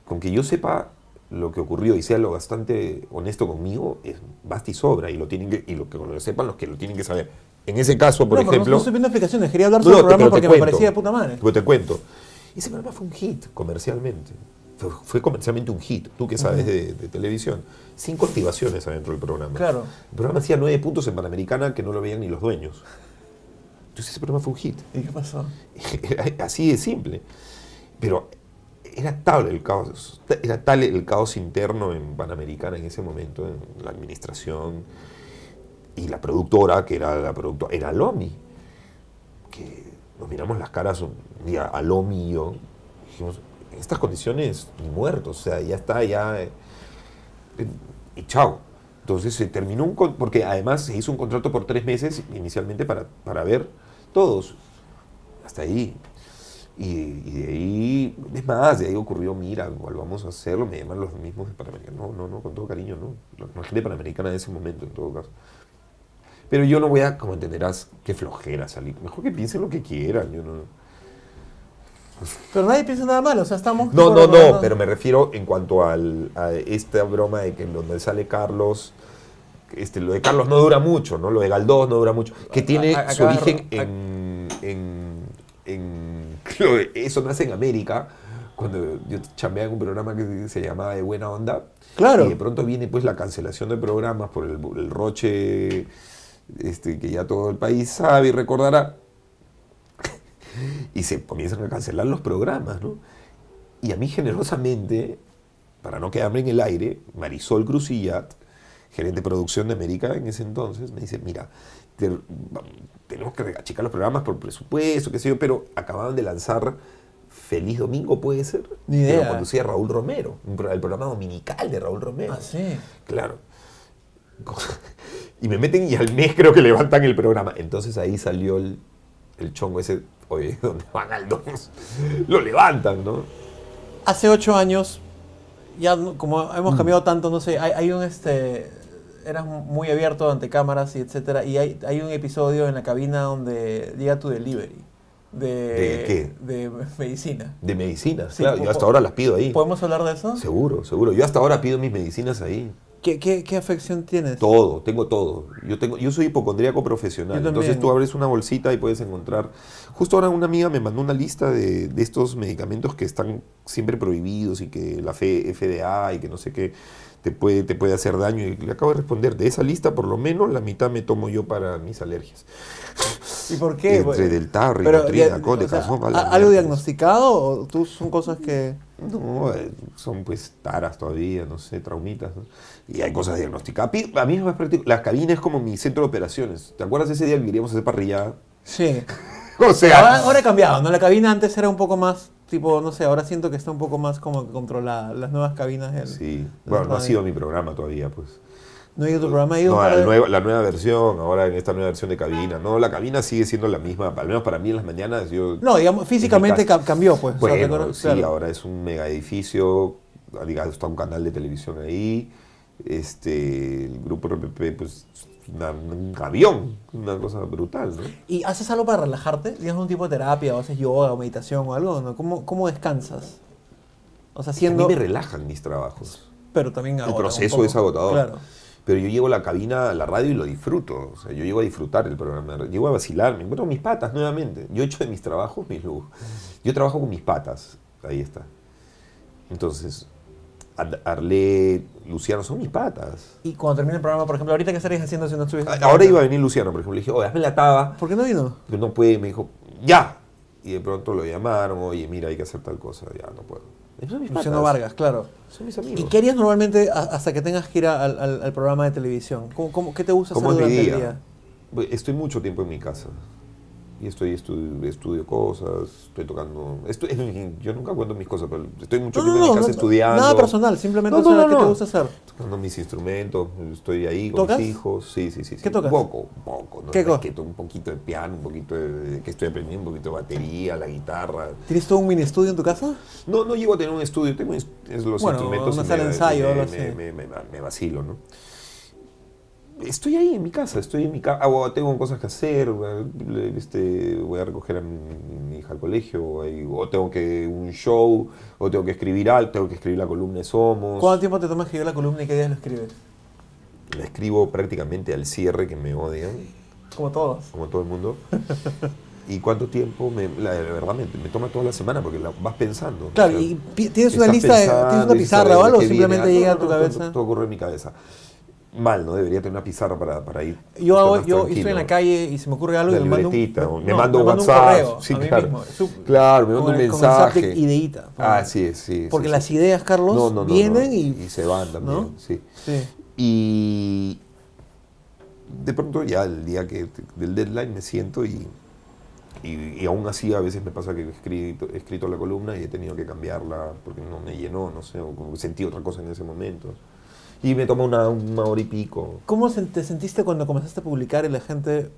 B: con que yo sepa lo que ocurrió y sea lo bastante honesto conmigo, es basta y sobra y lo tienen que, y lo que lo sepan los que lo tienen que saber. En ese caso,
A: no,
B: por
A: pero no-
B: ejemplo.
A: no estoy pidiendo explicaciones, quería hablar sobre el
B: No, te-
A: programa
B: pero
A: porque
B: te
A: me
B: cuento.
A: parecía de puta madre.
B: Pero te cuento. Ese programa fue un hit comercialmente. Fue, fue comercialmente un hit. Tú que sabes de, de televisión. Cinco activaciones adentro del programa.
A: Claro.
B: El programa hacía nueve puntos en Panamericana que no lo veían ni los dueños. Entonces ese programa fue un hit.
A: ¿Y qué pasó?
B: Así de simple. Pero era tal el caos, era tal el caos interno en Panamericana en ese momento, en la administración y la productora, que era la productora, era Lomi. Que nos miramos las caras un día a Lomi y yo. y Dijimos, en estas condiciones, ni muertos, o sea, ya está, ya. eh, eh, Y chao. Entonces se terminó un. con- Porque además se hizo un contrato por tres meses inicialmente para, para ver todos hasta ahí. Y, y de ahí, es más, de ahí ocurrió, mira, volvamos a hacerlo, me llaman los mismos de Panamericana. No, no, no, con todo cariño, no. La, la gente Panamericana de ese momento, en todo caso. Pero yo no voy a, como entenderás, qué flojera salir. Mejor que piensen lo que quieran. Yo no,
A: Pero nadie piensa nada malo, o sea, estamos...
B: no, no,
A: bueno,
B: no, pero me refiero en cuanto al, a esta broma de que donde sale Carlos, este, lo de Carlos no dura mucho, ¿no? Lo de Galdós no dura mucho, que tiene
A: a- a-
B: su
A: acá-
B: origen
A: a-
B: en, en, en- lo de- Eso nace en América, cuando yo chambeaba en un programa que se llamaba De Buena Onda.
A: Claro.
B: Y de pronto viene pues la cancelación de programas por el, el roche este, que ya todo el país sabe y recordará. Y se comienzan a cancelar los programas, ¿no? Y a mí generosamente, para no quedarme en el aire, Marisol Crucillat, gerente de producción de América en ese entonces, me dice, mira, te- va- tenemos que achicar los programas por presupuesto, qué sé yo, pero acababan de lanzar Feliz Domingo, puede ser,
A: Ni
B: que
A: idea.
B: lo conducía Raúl Romero, un pro- el programa dominical de Raúl Romero.
A: Ah, sí.
B: Claro. Y me meten y al mes creo que levantan el programa. Entonces ahí salió el, el chongo ese, oye, ¿dónde van al dos? Lo levantan, ¿no?
A: Hace ocho años, ya no- como
B: Mm.
A: hemos cambiado tanto, no sé, hay, hay un este... Eras muy abierto ante cámaras y etcétera, y hay, hay un episodio en la cabina donde llega tu delivery. ¿De,
B: ¿De qué?
A: De medicina.
B: De medicinas,
A: Sí,
B: claro.
A: po-
B: Yo hasta
A: po-
B: ahora las pido ahí.
A: ¿Podemos hablar de eso?
B: Seguro, seguro. Yo hasta ahora pido mis medicinas ahí.
C: ¿Qué, qué, qué afección tienes?
B: Todo, tengo todo. Yo tengo, yo soy hipocondríaco profesional.
C: Yo también.
B: Entonces tú abres una bolsita y puedes encontrar. Justo ahora una amiga me mandó una lista de, de estos medicamentos que están siempre prohibidos y que la F- FDA y que no sé qué te puede, te puede hacer daño. Y le acabo de responder, de esa lista por lo menos la mitad me tomo yo para mis alergias.
A: ¿Y por qué?
B: Entre
A: Bueno,
B: Deltar,
A: pero,
B: Rinotril,
A: ya,
B: Acone,
A: o sea,
B: Calzón,
C: ¿A-
B: Valda,
C: ¿Algo
B: mierda.
C: diagnosticado o tú son cosas que...
B: No, eh, son pues taras todavía, no sé, traumitas. ¿no? Y hay cosas diagnosticadas. Pi- A mí es más práctico. La cabina es como mi centro de operaciones. ¿Te acuerdas ese día que queríamos hacer parrillada?
A: Sí.
B: O
A: Ahora,
C: Ah,
B: sea,
A: ahora ha cambiado, ¿no? La cabina antes era un poco más, tipo, no sé, ahora siento que está un poco más como que controlada. Las nuevas cabinas. del-
B: sí. Bueno, no ha sido mi programa todavía, pues.
A: No hay otro programa, hay
B: No,
A: un par
B: la
A: de-
B: nueva, la nueva versión, ahora en esta nueva versión de cabina. No, la cabina sigue siendo la misma, al menos para mí en las mañanas. Yo,
A: No, digamos, físicamente
B: En mi casa.
A: ca- cambió, pues. o sea,
B: Bueno,
A: ¿te acuerdas?
B: sí,
A: Claro.
B: ahora es un mega edificio, digamos, está un canal de televisión ahí, este, el grupo RPP, pues, una- un avión, una cosa brutal, ¿no?
A: ¿Y haces algo para relajarte? ¿Tienes un tipo de terapia o haces yoga o meditación o algo? ¿no? ¿Cómo, cómo descansas? O sea,
B: A
A: siendo...
B: mí me relajan mis trabajos,
A: Pero también agota un
B: proceso
A: poco.
B: es agotador.
A: Claro.
B: pero yo llego a la cabina, a la radio y lo disfruto, o sea, yo llego a disfrutar el programa, llego a vacilar, me encuentro con mis patas nuevamente, yo he hecho de mis trabajos mis lujos, yo trabajo con mis patas, ahí está. Entonces, Ad- Arlet, Luciano, son mis patas.
A: Y cuando termina el programa, por ejemplo, ahorita que estarías haciendo si no
B: Ah,
A: estuvieses...
B: Ahora iba a venir Luciano, por ejemplo. Le dije, oye, hazme la taba.
A: ¿Por qué no vino?
B: Pero no puede. Me dijo, ya. Y de pronto lo llamaron. Oye, mira, hay que hacer tal cosa. Ya, no puedo. Esos Son mis
A: Luciano
B: patas,
A: Vargas, claro.
B: Son mis amigos.
A: ¿Y qué harías normalmente a- hasta que tengas que ir a- al, al- al programa de televisión? ¿Cómo, cómo- qué te gusta hacer
B: ¿Cómo es mi
A: durante
B: día?
A: el día?
B: Pues, Estoy mucho tiempo en mi casa. Y estoy estu- estudio cosas, estoy tocando. estu- yo nunca cuento mis cosas, pero estoy mucho tiempo en mi casa estudiando.
A: Nada personal, simplemente
B: No, no,
A: o sea,
B: no,
A: qué te
B: no.
A: gusta hacer.
B: Tocando mis instrumentos, estoy ahí con
A: ¿Tocas?
B: mis hijos. Sí, sí, sí. sí.
A: ¿Qué tocas?
B: Poco, poco. ¿no?
A: ¿Qué
B: Es
A: cosa?
B: que to- un poquito de piano, un poquito de, que estoy aprendiendo, un poquito de batería, la guitarra.
A: ¿Tienes todo un mini estudio en tu casa?
B: No, no llego a tener un estudio, tengo ins- es los
A: Bueno,
B: instrumentos.
A: no
B: y
A: sale ensayo,
B: me,
A: algo
B: me,
A: así.
B: me- me- me vacilo, ¿no? Estoy ahí en mi casa, estoy en mi casa, tengo cosas que hacer, este, voy a recoger a mi, mi hija al colegio, o hay- o tengo que un show, o tengo que escribir algo, tengo que escribir la columna de Somos.
A: ¿Cuánto tiempo te toma escribir la columna y qué días lo escribes?
B: La escribo prácticamente al cierre que me odian,
A: Como todos.
B: como todo el mundo. ¿Y cuánto tiempo? Me, la, la verdad me, me toma toda la semana porque la vas pensando.
A: Claro,
B: O sea,
A: y pi- tienes una
B: Estás
A: lista, de- tienes
B: pensando,
A: una
B: dices,
A: pizarra
B: a
A: o
B: ver,
A: algo,
B: ¿qué viene?
A: simplemente
B: Ah,
A: llega
B: no,
A: a tu
B: no, todo-
A: cabeza.
B: Todo ocurre en mi cabeza. Mal, ¿no? Debería tener una pizarra para, para ir.
A: Yo,
B: estar
A: hago-
B: más
A: yo
B: tranquilo.
A: estoy en la calle y se me ocurre algo y
B: La
A: me mando un,
B: libretita, o me
A: no,
B: mando
A: un
B: WhatsApp,
A: correo
B: sí,
A: a mí
B: claro.
A: mismo. Su-
B: Claro, me mando
A: con
B: un
A: el- con el subject
B: mensaje.
A: ideita. pues.
B: Ah, sí, sí.
A: Porque
B: sí,
A: las
B: sí.
A: ideas, Carlos,
B: No, no, no,
A: vienen
B: no,
A: y...
B: se van también.
A: ¿no?
B: Sí.
A: Sí.
B: Y de pronto ya el día que del deadline me siento y, y, y aún así a veces me pasa que he escrito, he escrito la columna y he tenido que cambiarla porque no me llenó, no sé, o como que sentí otra cosa en ese momento. Y me toma una, una hora y pico.
A: ¿Cómo se- te sentiste cuando comenzaste a publicar y la gente,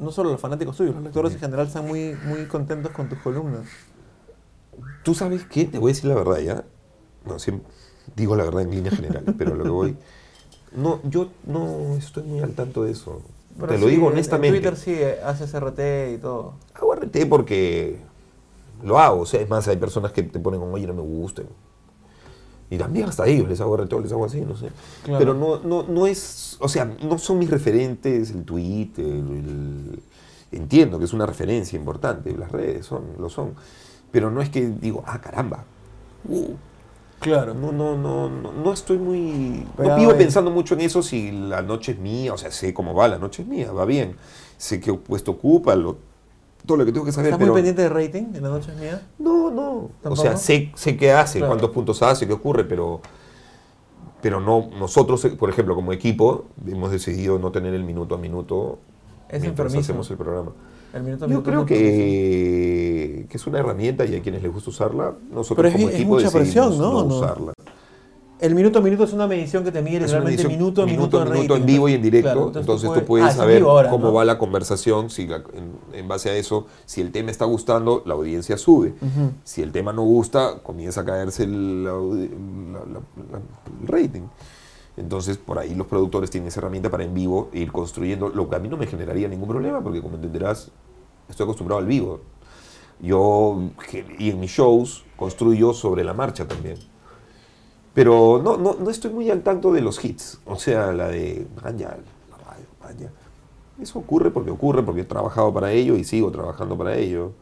A: no solo los fanáticos tuyos, los lectores en general están muy, muy contentos con tus columnas?
B: ¿Tú sabes qué? Te voy a decir la verdad ya. No, siempre digo la verdad en líneas generales, pero lo que voy... No, yo no estoy muy al tanto de eso.
A: Pero
B: Te lo
A: sí,
B: digo
A: en-
B: honestamente.
A: En Twitter sí, eh, haces RT y todo.
B: Hago RT porque lo hago. O sea, es más, hay personas que te ponen como, oye, no me gusta. Y también hasta ellos les hago RT o les hago así, no sé.
A: Claro.
B: Pero no, no, no es, o sea, no son mis referentes el tweet, el- el- entiendo que es una referencia importante, las redes son, lo son. Pero no es que digo, ah, caramba. Uh,
A: Claro.
B: no, no, no, no, no estoy muy.
A: Pegado
B: no vivo
A: ahí.
B: pensando mucho en eso si la noche es mía, o sea, sé cómo va, la noche es mía, va bien. Sé qué puesto ocupa, lo- todo lo que tengo que saber.
A: ¿Estás
B: pero
A: muy pendiente de rating en las noches mías?
B: No, no. O
A: ¿Tampoco?
B: sea, sé, sé qué hace,
A: Claro.
B: cuántos puntos hace, qué ocurre, pero. Pero no, nosotros, eh, por ejemplo, como equipo, hemos decidido no tener el minuto a minuto
A: Es
B: mientras
A: enfermizo.
B: hacemos el programa.
A: El minuto a
B: Yo
A: minuto
B: creo
A: es enfermizo.
B: que, que es una herramienta y a quienes les gusta usarla, nosotros
A: Pero es-
B: como
A: es
B: equipo
A: mucha
B: decidimos
A: presión, ¿no? ¿O
B: no
A: no?
B: usarla.
A: El minuto a minuto es una medición que te mide
B: Es una
A: literalmente
B: edición
A: minuto a minuto,
B: minuto,
A: de
B: a minuto
A: rating.
B: en vivo y en directo.
A: Claro,
B: entonces, tú
A: puede-
B: puedes,
A: ah, es en
B: saber
A: vivo ahora,
B: cómo
A: ¿no?
B: va la conversación, si la- en, en base a eso, si el tema está gustando, la audiencia sube. Si el tema no gusta, comienza a caerse el, la audi- la- la- la- el rating. Entonces, por ahí los productores tienen esa herramienta para en vivo ir construyendo, lo que a mí no me generaría ningún problema, porque como entenderás, estoy acostumbrado al vivo. Yo, que- y en mis shows, construyo sobre la marcha también. Pero no, no, no estoy muy al tanto de los hits. O sea, la de Maña, la radio, Maña. Eso ocurre porque ocurre, porque he trabajado para ello y sigo trabajando para ello.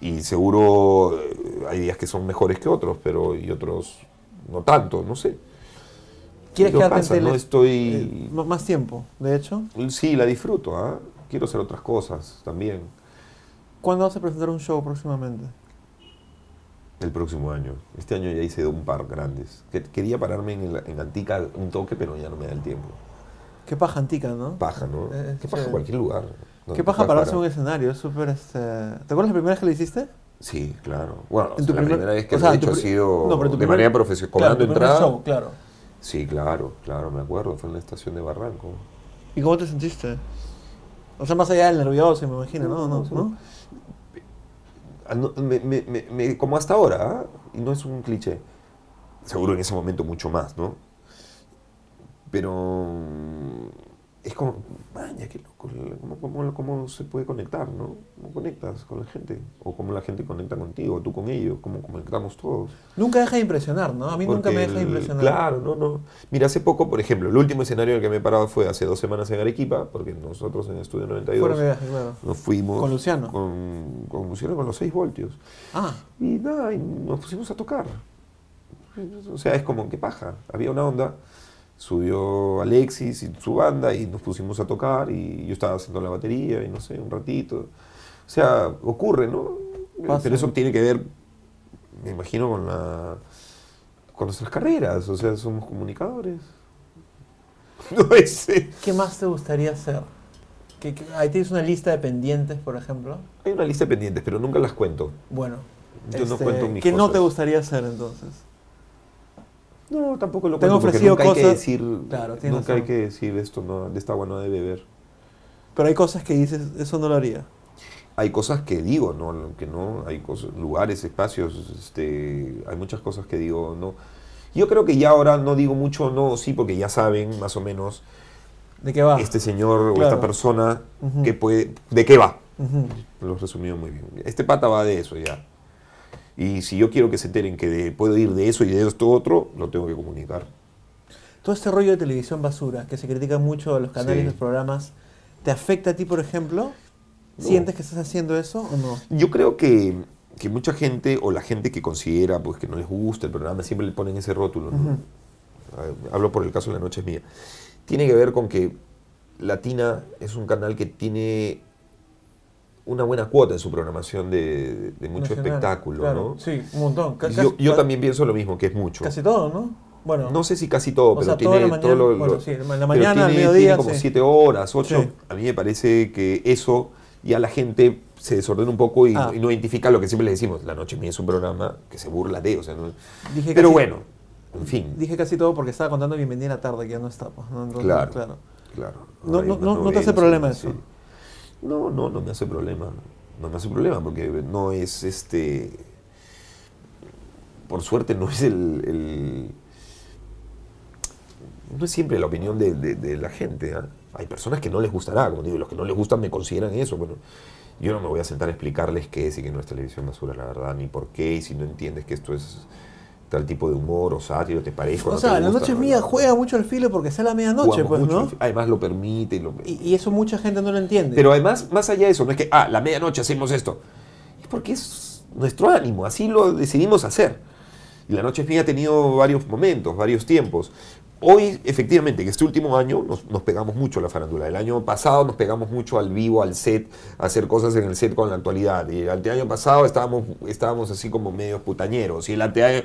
B: Y seguro eh, hay días que son mejores que otros, pero y otros no tanto, no sé.
A: ¿Quieres
B: Lo
A: quedarte
B: pasa,
A: en tele?
B: No
A: Eh,
B: estoy...
A: m- más tiempo, de hecho.
B: Sí, la disfruto, ¿ah? Quiero hacer otras cosas también
A: ¿Cuándo vas a presentar un show próximamente?
B: el próximo año. Este año ya hice un par grandes. Que- Quería pararme en, la- en Antica un toque, pero ya no me da el tiempo.
A: Qué paja antica, ¿no?
B: paja, ¿no?
A: Eh,
B: qué paja
A: sí.
B: en cualquier lugar. donde
A: Qué
B: te
A: paja
B: puedas
A: pararse en un
B: parar.
A: escenario, es súper... Este... ¿Te acuerdas la primera vez que lo hiciste?
B: Sí, claro. Bueno,
A: En tu
B: la
A: primer-
B: primera vez que
A: o sea,
B: lo he
A: en tu
B: hecho ha
A: pri-
B: sido
A: no, pero en tu
B: de
A: primer-
B: manera profesional,
A: Claro,
B: cobrando
A: tu primer
B: entrada.
A: show, claro.
B: Sí, claro, claro, me acuerdo. Fue en la estación de Barranco.
A: ¿Y cómo te sentiste? O sea, más allá del nervioso, me imagino, ¿no? no, ¿no?
B: Ah, no, me- me- me- me- como hasta ahora, ¿ah? y no es un cliché. Seguro en ese momento mucho más, ¿no? Pero mm, es como, vaya, qué loco, ¿cómo, cómo, cómo se puede conectar, ¿no? ¿Cómo conectas con la gente? O cómo la gente conecta contigo, tú con ellos, cómo conectamos todos.
A: Nunca deja de impresionar, ¿no? A mí nunca
B: Porque
A: me deja de
B: el-
A: impresionar.
B: Claro, no, no. Mira, hace poco, por ejemplo, el último escenario en el que me he parado fue hace dos semanas en Arequipa, porque nosotros en Estudio
A: Fuera de
B: 92
A: viaje, claro.
B: nos fuimos.
A: Con Luciano.
B: Con, con Luciano con los 6 voltios.
A: Ah,
B: Y nada, y nos pusimos a tocar. O sea, es como que paja. Había una onda, subió Alexis y su banda y nos pusimos a tocar y yo estaba haciendo la batería y no sé, un ratito. O sea, ocurre, ¿no?
A: Pasa.
B: Pero eso tiene que ver, me imagino, con la con nuestras carreras. O sea, somos comunicadores. No es... eh,
A: ¿qué más te gustaría hacer? ¿Qué- qué- ahí tienes una lista de pendientes, por ejemplo.
B: Hay una lista de pendientes, pero nunca las cuento.
A: Bueno,
B: Yo no
A: este,
B: cuento mis
A: ¿qué no
B: cosas.
A: te gustaría hacer entonces?
B: No, tampoco lo
A: Te han
B: cuento porque
A: ofrecido
B: nunca hay que
A: cosas-
B: decir,
A: Claro, tienes
B: nunca hay
A: razón.
B: que decir esto, no, de esta agua no debe beber.
A: Pero hay cosas que dices, eso no lo haría.
B: hay cosas que digo, no, que no, hay cosas, lugares, espacios, este, hay muchas cosas que digo, no. Yo creo que ya ahora no digo mucho, no, sí, porque ya saben más o menos
A: ¿De qué va?
B: este señor o
C: Claro.
B: esta persona
C: Ujú.
B: que puede, de qué va.
C: Ujú.
B: Lo has resumido muy bien. Este pata va de eso ya. Y si yo quiero que se enteren que de- puedo ir de eso y de esto otro, lo tengo que comunicar.
A: Todo este rollo de televisión basura, que se critica mucho a los canales
B: Sí.
A: de programas, ¿te afecta a ti, por ejemplo? ¿Sientes que estás haciendo eso o no?
B: Yo creo que, que mucha gente o la gente que considera pues, que no les gusta el programa siempre le ponen ese rótulo. ¿no? Ah, Hablo por el caso de La Noche es Mía. Tiene que ver con que Latina es un canal que tiene una buena cuota en su programación de, de mucho
A: Nacional,
B: espectáculo.
A: claro.
B: ¿no?
A: Sí, un montón. Ca-
B: Yo,
A: casi-
B: yo
A: ca-
B: también pienso lo mismo, que es mucho.
A: Casi todo, ¿no? Bueno,
B: No sé si casi todo,
A: O
B: pero
A: sea, toda
B: tiene
A: la mañana-
B: todo lo, lo-
A: bueno, sí, en la
B: pero
A: mañana,
B: tiene-
A: al mediodía,
B: tiene como
A: sí.
B: siete horas, ocho.
A: Sí.
B: A mí me parece que eso ya la gente se desordena un poco y,
A: Ah.
B: y no identifica lo que siempre le decimos. La noche mía es un programa que se burla de, o sea, no-
A: dije
B: pero
A: casi-
B: bueno, en fin.
A: Dije casi todo porque estaba contando Bienvenida a la tarde, que ya no está. pues, ¿no? Entonces,
B: Claro.
A: claro.
B: Claro.
A: No-
B: Ahora hay
A: no-
B: unas
A: no- no te hace
B: novelas,
A: problema
B: sí.
A: eso.
B: No, no, no me hace problema. No me hace problema porque no es este. Por suerte no es el. el- no es siempre la opinión de, de- de la gente. ¿ah? Hay personas que no les gustará, como digo, los que no les gustan me consideran eso. Bueno, yo no me voy a sentar a explicarles qué es y qué no es televisión basura, la verdad, ni por qué, y si no entiendes que esto es tal tipo de humor o sátiro, te parece.
A: O sea, la noche es mía, juega mucho al filo porque sea la medianoche, pues, ¿no?
B: Además lo permite. y lo-
A: Y, y eso mucha gente no lo entiende.
B: pero además, más allá de eso, no es que, ah, la medianoche hacemos esto. Es porque es nuestro ánimo, así lo decidimos hacer. Y la noche es mía ha tenido varios momentos, varios tiempos. Hoy, efectivamente, que este último año nos, nos pegamos mucho a la farándula. El año pasado nos pegamos mucho al vivo, al set, a hacer cosas en el set con la actualidad. Y el año pasado estábamos, estábamos así como medios putañeros. Y el anteaño,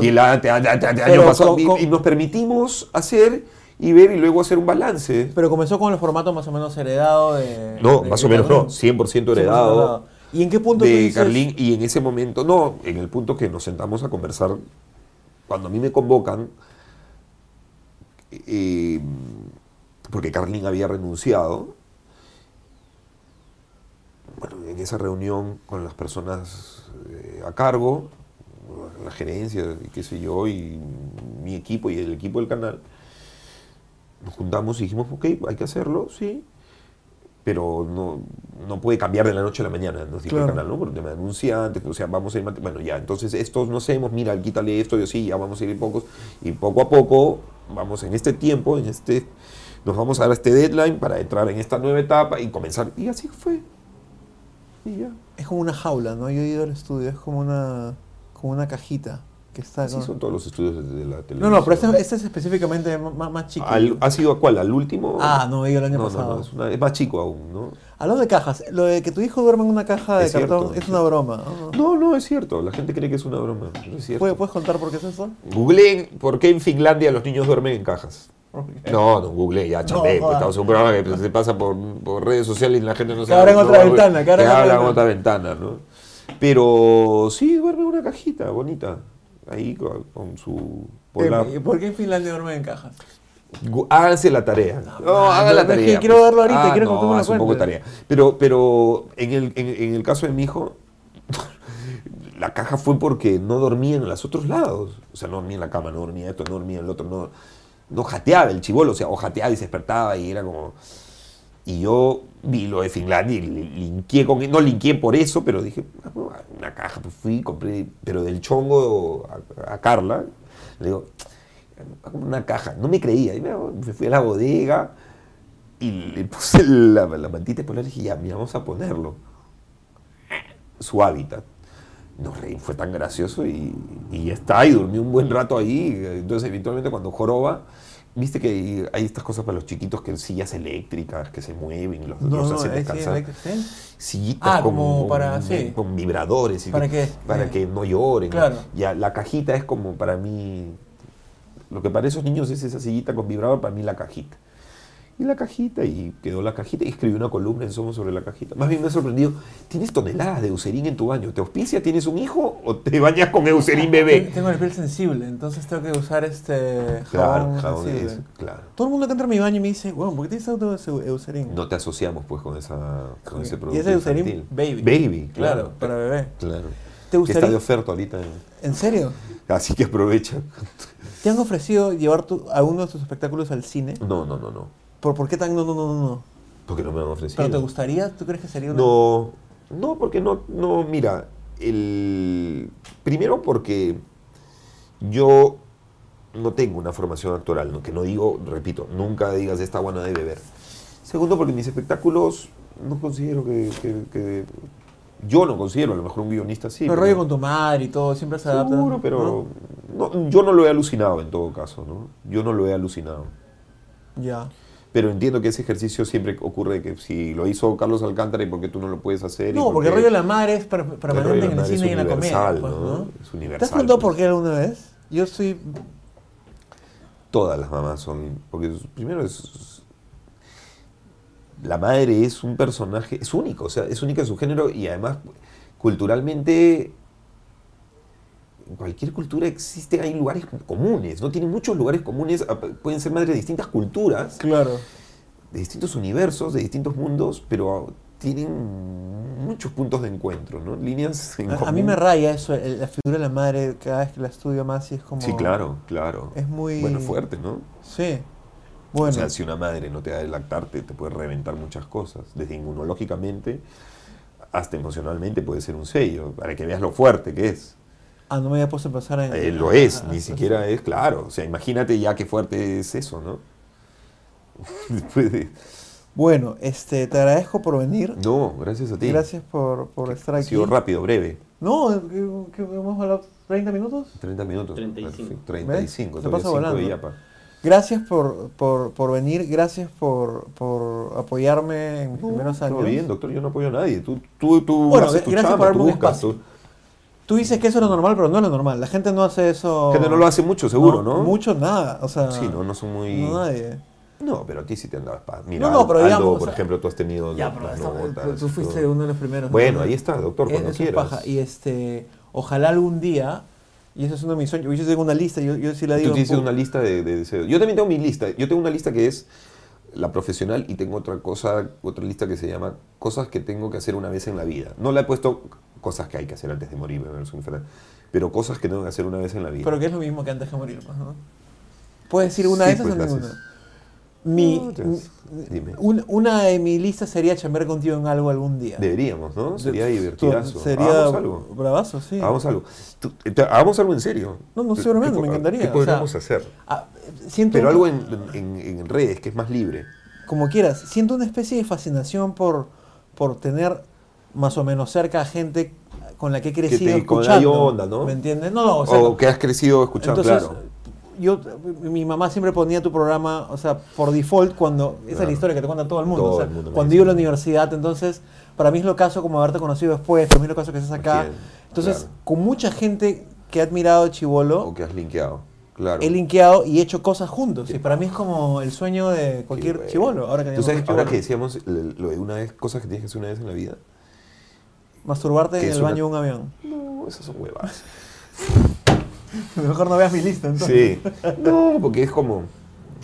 B: y el ante- ante- ante- anteaño
A: Pero
B: pasado.
A: con-
B: y-
A: con-
B: y nos permitimos hacer y ver y luego hacer un balance.
A: Pero comenzó con el formato más o menos heredado de.
B: No,
A: de-
B: más
A: de
B: o menos no,
A: Carlín.
B: 100%
A: 100%
B: heredado
A: heredado. ¿Y en qué punto tú
B: de
A: dices-
B: Carlín. Y en ese momento, no, en el punto que nos sentamos a conversar, cuando a mí me convocan, eh, porque Carlín había renunciado, bueno, en esa reunión con las personas eh, a cargo, la gerencia, y qué sé yo, y mi equipo y el equipo del canal, nos juntamos y dijimos, ok, hay que hacerlo, sí, pero no, no puede cambiar de la noche a la mañana, nos dijo
C: Claro.
B: el canal, ¿no? Porque me anuncia antes, o sea, vamos a ir, mate- bueno, ya, entonces estos no hacemos, mira, quítale esto y así, ya vamos a ir pocos, y poco a poco, vamos en este tiempo, en este, nos vamos a dar este deadline para entrar en esta nueva etapa y comenzar, y así fue, y ya.
A: Es como una jaula, ¿no? Yo he ido al estudio, es como una, como una cajita que está.
B: Así
A: con-
B: son todos los estudios de- de la televisión.
A: No, no, pero este, este es específicamente ma- ma- más, chico.
B: Al- ¿Ha sido a cuál? ¿Al último?
A: Ah, no, he ido el año
B: No, no,
A: pasado.
B: no, es, una- es más chico aún, ¿no?
A: Hablando de cajas, lo de que tu hijo duerma en una caja de
B: Es cierto.
A: cartón es una broma. ¿no?
B: No, no, es cierto. La gente cree que es una broma. No es cierto.
A: ¿Puedes, puedes contar por qué es eso?
B: Googleen por qué en Finlandia los niños duermen en cajas. No, no, googleé, ya chambé.
A: No,
B: pues,
A: joda.
B: estamos en un programa que se pasa por, por redes sociales y la gente no
A: Que
B: sabe.
A: abran otra
B: no,
A: ventana, que abran
B: que
A: otra
B: abran
A: ventana.
B: otra ventana, ¿no? Pero sí, duerme en una cajita bonita. Ahí con, con su polar.
A: Eh, ¿y ¿Por qué en Finlandia duermen en cajas?
B: Gu- Háganse la tarea. No,
A: no,
B: hagan la
A: no, es que
B: tarea. pues. Ah,
A: quiero darlo ahorita, quiero que
B: no,
A: tú me lo
B: haz un poco de
A: cuentes.
B: tarea. Pero, pero en, el, en, en el caso de mi hijo, la caja fue porque no dormía en los otros lados. O sea, no dormía en la cama, no dormía esto, no dormía en el otro, no, no jateaba el chivolo, o sea, o jateaba y se despertaba y era como... Y yo vi lo de Finlandia y li- linqué con... No linqué por eso, pero dije, "Ah, bueno, una caja, pues fui, compré, pero del chongo a, a Carla, le digo, "Ah, como una caja. No me creía. Y me me fui a la bodega y le puse la, la mantita polar y dije, ya, mira, vamos a ponerlo. Su hábitat. Nos reí, fue tan gracioso y, y ya está, y durmió un buen rato ahí. Entonces, eventualmente, cuando joroba, viste que hay, hay estas cosas para los chiquitos que sillas eléctricas que se mueven, los, los
A: eh,
B: hacen
A: sí,
B: descansar.
A: eléctrico, ¿sí?
B: Sillitas
A: Ah,
B: con,
A: como para-
B: con-
A: sí.
B: con vibradores. y
A: ¿Para
B: que-
A: qué?
B: Para
A: Sí.
B: que no lloren.
A: Claro.
B: Ya, la cajita es como para mí. Lo que para esos niños es esa sillita con vibrador, para mí la cajita. Y la cajita, y quedó la cajita, y escribí una columna en Somos sobre la cajita. Más bien me ha sorprendido, tienes toneladas de Eucerin en tu baño. ¿Te auspicia? ¿Tienes un hijo? ¿O te bañas con Eucerin bebé?
A: Tengo la piel sensible, entonces tengo que usar este
B: Claro,
A: jabón
B: jabón,
A: sensible.
B: es- claro.
A: Todo el mundo que entra a mi baño y me dice, bueno, ¿por qué tienes auto Eucerin?
B: No te asociamos pues con, esa, con ese producto
A: y ese Eucerin
B: infantil.
A: Baby.
B: Baby,
A: claro.
B: claro.
A: para bebé.
B: Claro.
A: ¿Te
B: Que está de
A: gustaría?
B: oferta ahorita. en-
A: ¿En serio?
B: Así que aprovecha.
A: ¿Te han ofrecido llevar tu- a uno de tus espectáculos al cine?
B: No, no, no, no.
C: ¿Por, por qué tan no, no, no, no, no?
B: Porque no me han ofrecido.
A: ¿Pero te gustaría? ¿Tú crees que sería una.?
B: No, no, porque no, no, mira, el, primero porque yo no tengo una formación actoral, no- que no digo, repito, nunca digas esta guana de beber. Segundo porque mis espectáculos no considero que, que- que- yo no considero, a lo mejor un guionista sí.
A: Pero
B: pero-
A: rollo con tu madre y todo, siempre se adapta.
B: Seguro, pero no, yo no lo he alucinado en todo caso, ¿no? Yo no lo he alucinado.
A: ¿no? Ya.
B: Pero entiendo que ese ejercicio siempre ocurre que si lo hizo Carlos Alcántara y por qué tú no lo puedes hacer. y
A: No,
B: por
A: porque
B: qué-
A: el rollo de la madre es per-
B: El rollo
A: permanente
B: de la
A: en el
B: madre es
A: cine y en la comedia.
B: universal,
A: pues, ¿no?
B: Es
A: ¿Te has
B: universal. pues,
A: preguntado por qué alguna vez? Yo soy.
B: Todas las mamás son. Porque es- primero es. La madre es un personaje. Es único, o sea, es única en su género y además culturalmente. En cualquier cultura existe, hay lugares comunes, ¿no? Tiene muchos lugares comunes, a- pueden ser madres de distintas culturas.
A: Claro.
B: de distintos universos, de distintos mundos, pero tienen muchos puntos de encuentro, ¿no? Líneas en
A: A, a
B: común.
A: mí me raya eso, el- la figura de la madre, cada vez que la estudio más y es como.
B: Sí, claro, claro.
A: Es muy.
B: Bueno, fuerte, ¿no?
A: Sí. Bueno.
B: O sea, si una madre no te da de lactarte, te puede reventar muchas cosas, desde inmunológicamente hasta emocionalmente puede ser un sello, para que veas lo fuerte que es.
A: Ah, no me había puesto a pensar en.
B: Eh, lo es,
A: Ah,
B: ni
A: ah,
B: siquiera es claro. O sea, imagínate ya qué fuerte es eso, ¿no? Después de-
A: Bueno, este, te agradezco por venir.
B: No, gracias a ti.
A: Gracias por, por estar
B: Ha
A: aquí.
B: sido rápido, breve.
A: No, que, que hemos hablado 30 minutos.
B: 30 minutos.
D: 35.
B: Perfecto. 35,
A: Se
B: todavía
A: pasa
B: cinco
A: volando.
B: de Yapa.
A: Gracias por, por, por venir, gracias por, por apoyarme en mis primeros
B: Todo
A: años.
B: bien, doctor, yo no apoyo a nadie. Tú, tú, tú
A: Bueno,
B: haces tu
A: gracias
B: chamba,
A: por
B: tú
A: darme un
B: buscas.
A: espacio.
B: Tú...
A: Tú dices que eso es lo normal, pero no es lo normal. La gente no hace eso.
B: Gente Este no lo hace mucho, seguro, ¿no?
A: Mucho, nada. O sea,
B: Sí, no, no son muy...
A: no nadie.
B: No, pero a ti sí te han dado espacio. Mira,
A: No, no, pero
B: Aldo,
A: digamos, o
B: por
A: sea-
B: ejemplo, tú has tenido
A: Ya,
B: las-
A: pero
B: las
A: esa-
B: notas,
A: eh, tú, tú fuiste
B: todo.
A: uno de los primeros.
B: Bueno, ahí está, doctor,
A: eso
B: cuando
A: es
B: quieras.
A: paja. Y este, ojalá algún día, y eso es uno de mis sueños, yo tengo una lista, yo, yo sí la digo.
B: Tú
A: en
B: tienes
A: público.
B: una lista de, de deseos. Yo también tengo mi lista. Yo tengo una lista que es la profesional y tengo otra cosa, otra lista que se llama cosas que tengo que hacer una vez en la vida. No la he puesto cosas que hay que hacer antes de morir, me parece un infernal, pero cosas que tengo que hacer una vez en la vida.
A: Pero que es lo mismo que antes de morir, pues, ¿no? Puedes decir una
B: Sí,
A: de esas
B: pues,
A: o
B: las-
A: ninguna. Mi,
B: No, tienes- dime.
A: un- una de mi lista sería chambear contigo en algo algún día.
B: Deberíamos, ¿no? Sería
A: De-
B: divertidazo.
A: Sería
B: Hagamos algo.
A: bravazo, sí.
B: Hagamos algo. Tú- eh, te- Hagamos algo en serio.
A: No, no,
B: ¿Qué-
A: seguramente,
B: qué po-
A: me encantaría,
B: ¿Qué
A: o
B: podríamos
A: sea-
B: hacer?
A: Ah, siento
B: Pero
A: un-
B: algo en, en- en redes, que es más libre.
A: como quieras, siento una especie de fascinación por, por tener más o menos cerca a gente con la que he crecido
B: te- con la
A: escuchando.
B: onda, ¿no?
A: ¿Me entiendes? No, no, o sea,
B: o que has crecido escuchando,
A: entonces,
B: claro.
A: Yo, mi mamá siempre ponía tu programa, o sea, por default, cuando. Esa es
B: Claro.
A: la historia que te cuenta todo el mundo.
B: Todo
A: o sea,
B: el mundo me
A: cuando
B: dice.
A: iba a la universidad, entonces, para mí es lo caso como haberte conocido después, para mí es lo caso que estás acá.
B: Bien,
A: entonces,
B: claro.
A: con mucha gente que he admirado Chivolo,
B: O que has linkeado. Claro.
A: he linkeado y he hecho cosas juntos. Y para mí es como el sueño de cualquier
B: Qué bueno.
A: Chivolo. Ahora que
B: ¿Tú
A: digamos
B: sabes
A: que
B: ahora que
A: chibolo.
B: decíamos le- lo de una vez, cosas que tienes que hacer una vez en la vida?
A: Masturbarte
B: que
A: en
B: es
A: el
B: una-
A: baño de un avión.
B: No, esas son huevas.
A: Mejor no veas mi lista, entonces.
B: Sí. No, porque es como.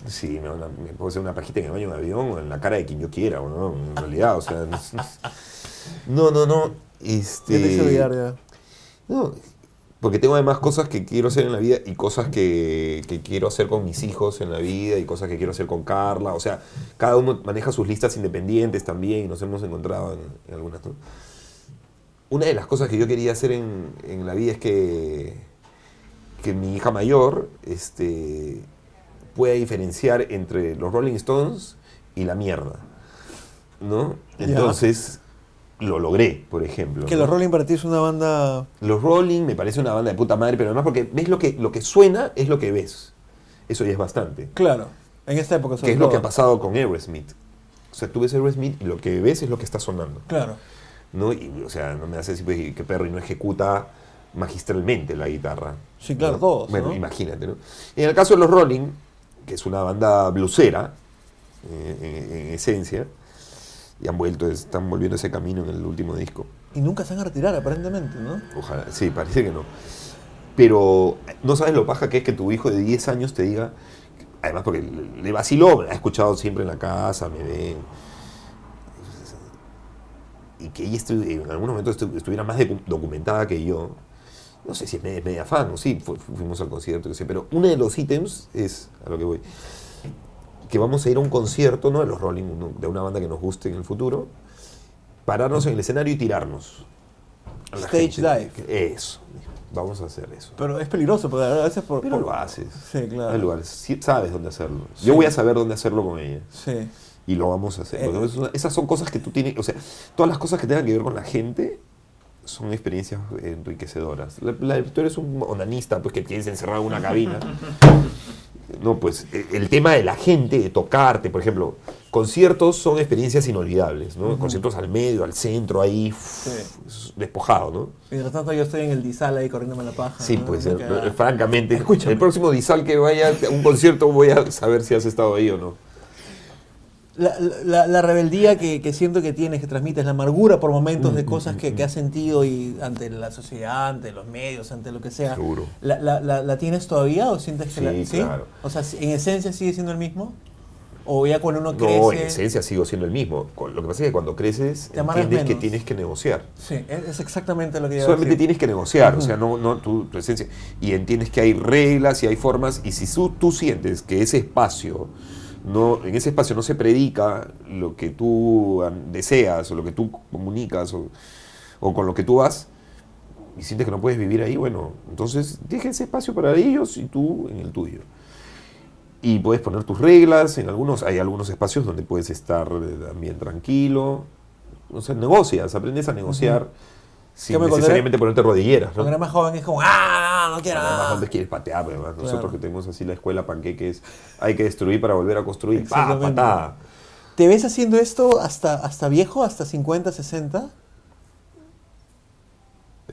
B: Sí, me, van a- me puedo hacer una pajita en el baño de un avión o en la cara de quien yo quiera, o no, en realidad, o sea. No, no, no. no,
A: Ya te hice olvidar
B: Este,
A: ya.
B: no, porque tengo además cosas que quiero hacer en la vida y cosas que, que quiero hacer con mis hijos en la vida y cosas que quiero hacer con Carla. O sea, cada uno maneja sus listas independientes también y nos hemos encontrado en, en algunas. ¿no? Una de las cosas que yo quería hacer en, en la vida es que, que mi hija mayor este, pueda diferenciar entre los Rolling Stones y la mierda. ¿No?
A: Ya.
B: Entonces, lo logré, por ejemplo.
A: Que
B: ¿no?
A: los Rolling para ti es una banda.
B: Los Rolling me parece una banda de puta madre, pero además porque ves lo que, lo que suena es lo que ves. Eso ya es bastante.
A: Claro. En esta época sobre
B: Que es lo
A: todo.
B: que ha pasado con Aerosmith. O sea, tú ves Aerosmith y lo que ves es lo que está sonando.
A: Claro.
B: ¿no? Y, o sea, no me hace decir pues, que Perry no ejecuta magistralmente la guitarra.
A: Sí, claro,
B: ¿no?
A: todos,
B: Bueno,
A: ¿no?
B: imagínate, ¿no? En el caso de los Rolling, que es una banda blusera, eh, en, en esencia, y han vuelto, están volviendo ese camino en el último disco.
A: Y nunca se van a retirar, aparentemente, ¿no?
B: Ojalá, sí, parece que no. Pero no sabes lo paja que es que tu hijo de 10 años te diga, además porque le le vaciló, me ha escuchado siempre en la casa, me ve. Y que ella estu- en algún momento estu- estuviera más docu- documentada que yo. No sé si es media, media fan o sí, fu- fu- fuimos al concierto, qué sé, pero uno de los ítems es a lo que voy. que vamos a ir a un concierto, ¿no? De los Rolling, ¿no? de una banda que nos guste en el futuro, pararnos en el escenario y tirarnos. a la
A: Stage
B: gente. Eso. Vamos a hacer eso.
A: Pero es peligroso, porque a veces por...
B: Pero
A: por-
B: lo haces.
A: Sí, claro.
B: Hay lugares. Sí, sabes dónde hacerlo. Yo voy a saber dónde hacerlo con ella.
A: Sí.
B: Y lo vamos a hacer.
A: Eh.
B: Porque es una- esas son cosas que tú tienes. O sea, todas las cosas que tengan que ver con la gente son experiencias enriquecedoras. La, la- tú eres un onanista, pues que tienes encerrado en una cabina. No, pues e- el tema de la gente, de tocarte, por ejemplo, conciertos son experiencias inolvidables, ¿no? Conciertos al medio, al centro, ahí,
A: Sí.
B: despojado, ¿no?
A: Mientras tanto yo estoy en el disal ahí corriéndome la paja.
B: Sí,
A: ¿no?
B: pues
A: Me
B: eh,
A: caga.
B: eh, francamente, el próximo disal que vaya a un concierto voy a saber si has estado ahí o no.
A: La, la- la rebeldía que, que siento que tienes, que transmites, la amargura por momentos
B: Mm,
A: de cosas que, que has sentido y ante la sociedad, ante los medios, ante lo que sea.
B: Seguro.
A: ¿La, la, la- la tienes todavía o sientes que la-
B: Sí, claro.
A: O sea, si- ¿en esencia sigue siendo el mismo? ¿O ya cuando uno crece...?
B: No, en esencia sigo siendo el mismo. Con- Lo que pasa es que cuando creces
A: Te amargas
B: entiendes que
A: menos.
B: tienes que negociar.
A: Sí, es es exactamente lo que yo
B: Solamente tienes que negociar, o sea, no, no tu, tu esencia. Y entiendes que hay reglas y hay formas, y si tú, tú sientes que ese espacio, no, en ese espacio no se predica lo que tú an- deseas o lo que tú comunicas o, o con lo que tú vas, y sientes que no puedes vivir ahí, bueno, entonces deja ese espacio para ellos y tú en el tuyo. Y puedes poner tus reglas, en algunos, hay algunos espacios donde puedes estar eh, también tranquilo. O sea, negocias, aprendes a negociar sin
A: Que me
B: necesariamente ponerte rodilleras. ¿no?
A: Cuando eres más joven es como, ¡ah, no quiero
B: Además,
A: nada!
B: ¿dónde quieres patear? pues, además, Nosotros
A: Claro.
B: que tenemos así la escuela panqueques, hay que destruir para volver a construir. ¡Pah,
A: Exactamente.
B: patada!
A: ¿Te ves haciendo esto hasta, hasta viejo, hasta 50, 60?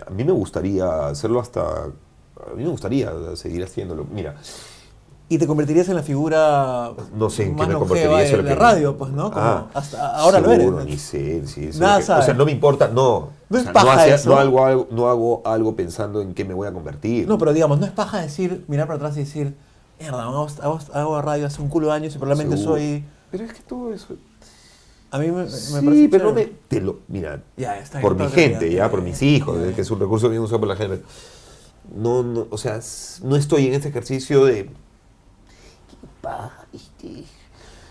B: A mí me gustaría hacerlo hasta... A mí me gustaría seguir haciéndolo. Mira,
A: Y te convertirías en la figura
B: no sé en qué
A: más
B: me
A: longeva
B: convertiría.
A: de
B: eso es
A: la
B: lo que-
A: radio, pues, ¿no? Como
B: Ah,
A: hasta ahora lo
B: seguro,
A: eres. pues.
B: ni sé, sí, eso
A: Nada
B: es lo que- O sea,
A: sabes.
B: no me importa, no.
A: No
B: O
A: es
B: sea,
A: paja
B: hacía-
A: eso.
B: no hago, algo, no hago algo pensando en qué me voy a convertir.
A: No, pero digamos, no es paja decir, mirar para atrás y decir, mierda, hago, hago, hago radio hace un culo de años y probablemente
B: Seguro.
A: soy...
B: Pero es que todo eso...
A: A mí me, me
B: Sí,
A: parece
B: pero no me...
A: chévere.
B: Te lo, mira,
A: Ya, está bien,
B: por mi
A: todo eh,
B: gente,
A: bien,
B: ya, por mis hijos,
A: ya,
B: es que
A: ya.
B: es un recurso bien usado por la gente. No, no, o sea, s- no estoy en este ejercicio de. "Qué paja, ¿viste?".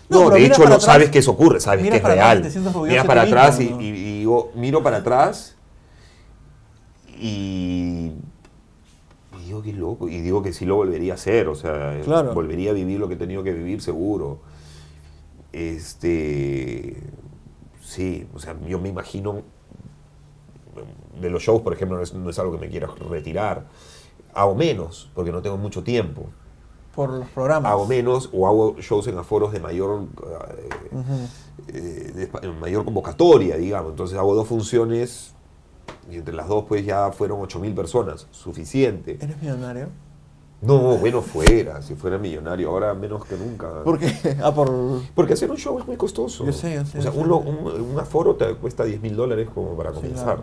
A: No,
B: No,
A: pero
B: de
A: mira
B: hecho,
A: para
B: no
A: atrás,
B: sabes que eso ocurre, sabes
A: miras
B: que es
A: para atrás y
B: real.
A: te sientes orgulloso
B: Miras
A: de
B: para
A: ti
B: atrás y,
A: mismo, ¿no?
B: y- y digo, miro para atrás y. y digo, qué loco. Y digo que sí lo volvería a hacer, o sea,
A: Claro.
B: volvería a vivir lo que he tenido que vivir, seguro. Este. Sí, o sea, yo me imagino de los shows, por ejemplo, no es, no es algo que me quiera retirar. Hago menos, porque no tengo mucho tiempo.
A: Por los programas.
B: Hago menos o hago shows en aforos de mayor, eh,
A: Ujú.
B: eh, de espa- mayor convocatoria, digamos. Entonces hago dos funciones y entre las dos pues ya fueron 8.000 personas, suficiente.
A: ¿Eres millonario?
B: No, bueno, fuera, si fuera millonario, ahora menos que nunca.
A: ¿Por qué? Ah, por...
B: Porque hacer un show es muy costoso.
A: Yo sé, yo sé,
B: O sea,
A: yo
B: un,
A: sé.
B: lo- un- un aforo te cuesta 10 mil dólares como para
A: Sí,
B: comenzar.
A: claro.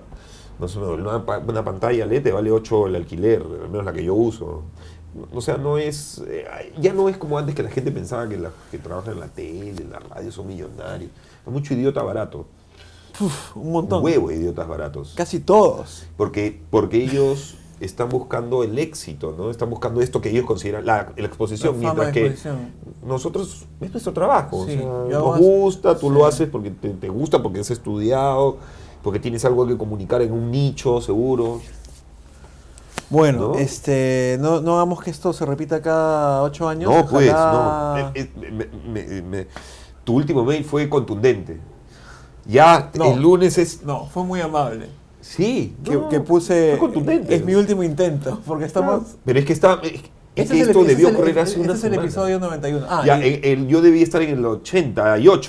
B: No sé, una, pa- una pantalla LED te vale 8 el alquiler, al menos la que yo uso. O sea, no es. eh, ya no es como antes que la gente pensaba que los que trabajan en la tele, en la radio son millonarios. Hay mucho idiota barato.
A: Uf, un
B: Un
A: montón.
B: huevo de idiotas baratos.
A: Casi todos.
B: Porque, porque ellos están buscando el éxito, ¿no? Están buscando esto que ellos consideran la, la exposición,
A: La fama
B: mientras
A: de
B: que
A: exposición.
B: nosotros es nuestro trabajo.
A: Sí,
B: o sea,
A: yo hago
B: nos
A: as-
B: gusta, tú
A: sí.
B: lo haces porque te, te gusta, porque has estudiado, porque tienes algo que comunicar en un nicho, seguro.
A: Bueno,
B: ¿No?
A: este, no, no hagamos que esto se repita cada ocho años.
B: No, pues, no.
A: ojalá-
B: Eh, eh, me- me- me- tu último mail fue contundente. Ya,
A: No.
B: el lunes es.
A: No, fue muy amable.
B: Sí,
A: Que,
B: no,
A: que puse.
B: fue contundente.
A: Es mi último intento, porque estamos.
B: Ah, Pero es que está. Es que
A: Este es el
B: esto
A: epi- este
B: debió
A: es el-
B: ocurrir hace
A: este
B: una
A: es el
B: semana.
A: episodio 91. Ah,
B: Ya, eh,
A: y-
B: el- el- yo debía estar en el 88,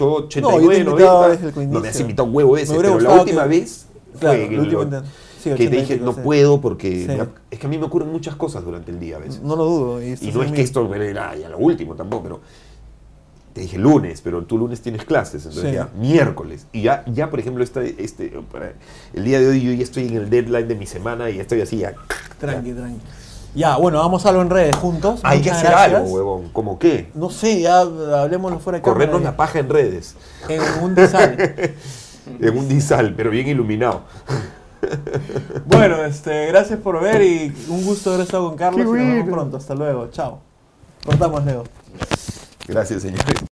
A: No, yo te
B: 89,
A: invitaba
B: 90.
A: desde el comienzo.
B: no me has invitado un huevo ese,
A: Me hubiera
B: pero la
A: gustado
B: última
A: que-
B: vez
A: claro,
B: fue en
A: el
B: el
A: último
B: o-
A: intento. Sí,
B: que te
A: 80 y
B: dije,
A: pico,
B: no
A: sí.
B: puedo porque
A: Sí.
B: me ha- es que a mí me ocurren muchas cosas durante el día a veces.
A: no lo dudo. Y, esto
B: y no
A: es
B: es
A: mi-
B: que esto era ya lo último tampoco, pero te dije lunes, pero tú lunes tienes clases, entonces
A: Sí.
B: ya miércoles. Y ya, ya por ejemplo, este, este, para- el día de hoy yo ya estoy en el deadline de mi semana y ya estoy así, ya.
A: Tranqui, tranqui. Ya, bueno, vamos a algo en redes juntos.
B: hay que
A: Muchas
B: hacer
A: gracias.
B: algo, huevón. ¿Cómo qué?
A: No sé, ya hablemoslo fuera de
B: Corrernos la
A: cámara. eh,
B: paja en redes.
A: En un design.
B: En un disal, pero bien iluminado.
A: Bueno, este, gracias por ver y un gusto haber estado con Carlos.
B: Qué
A: Y nos vemos
B: bueno.
A: pronto. Hasta luego. Chao. Cortamos, Leo.
B: Gracias, señores.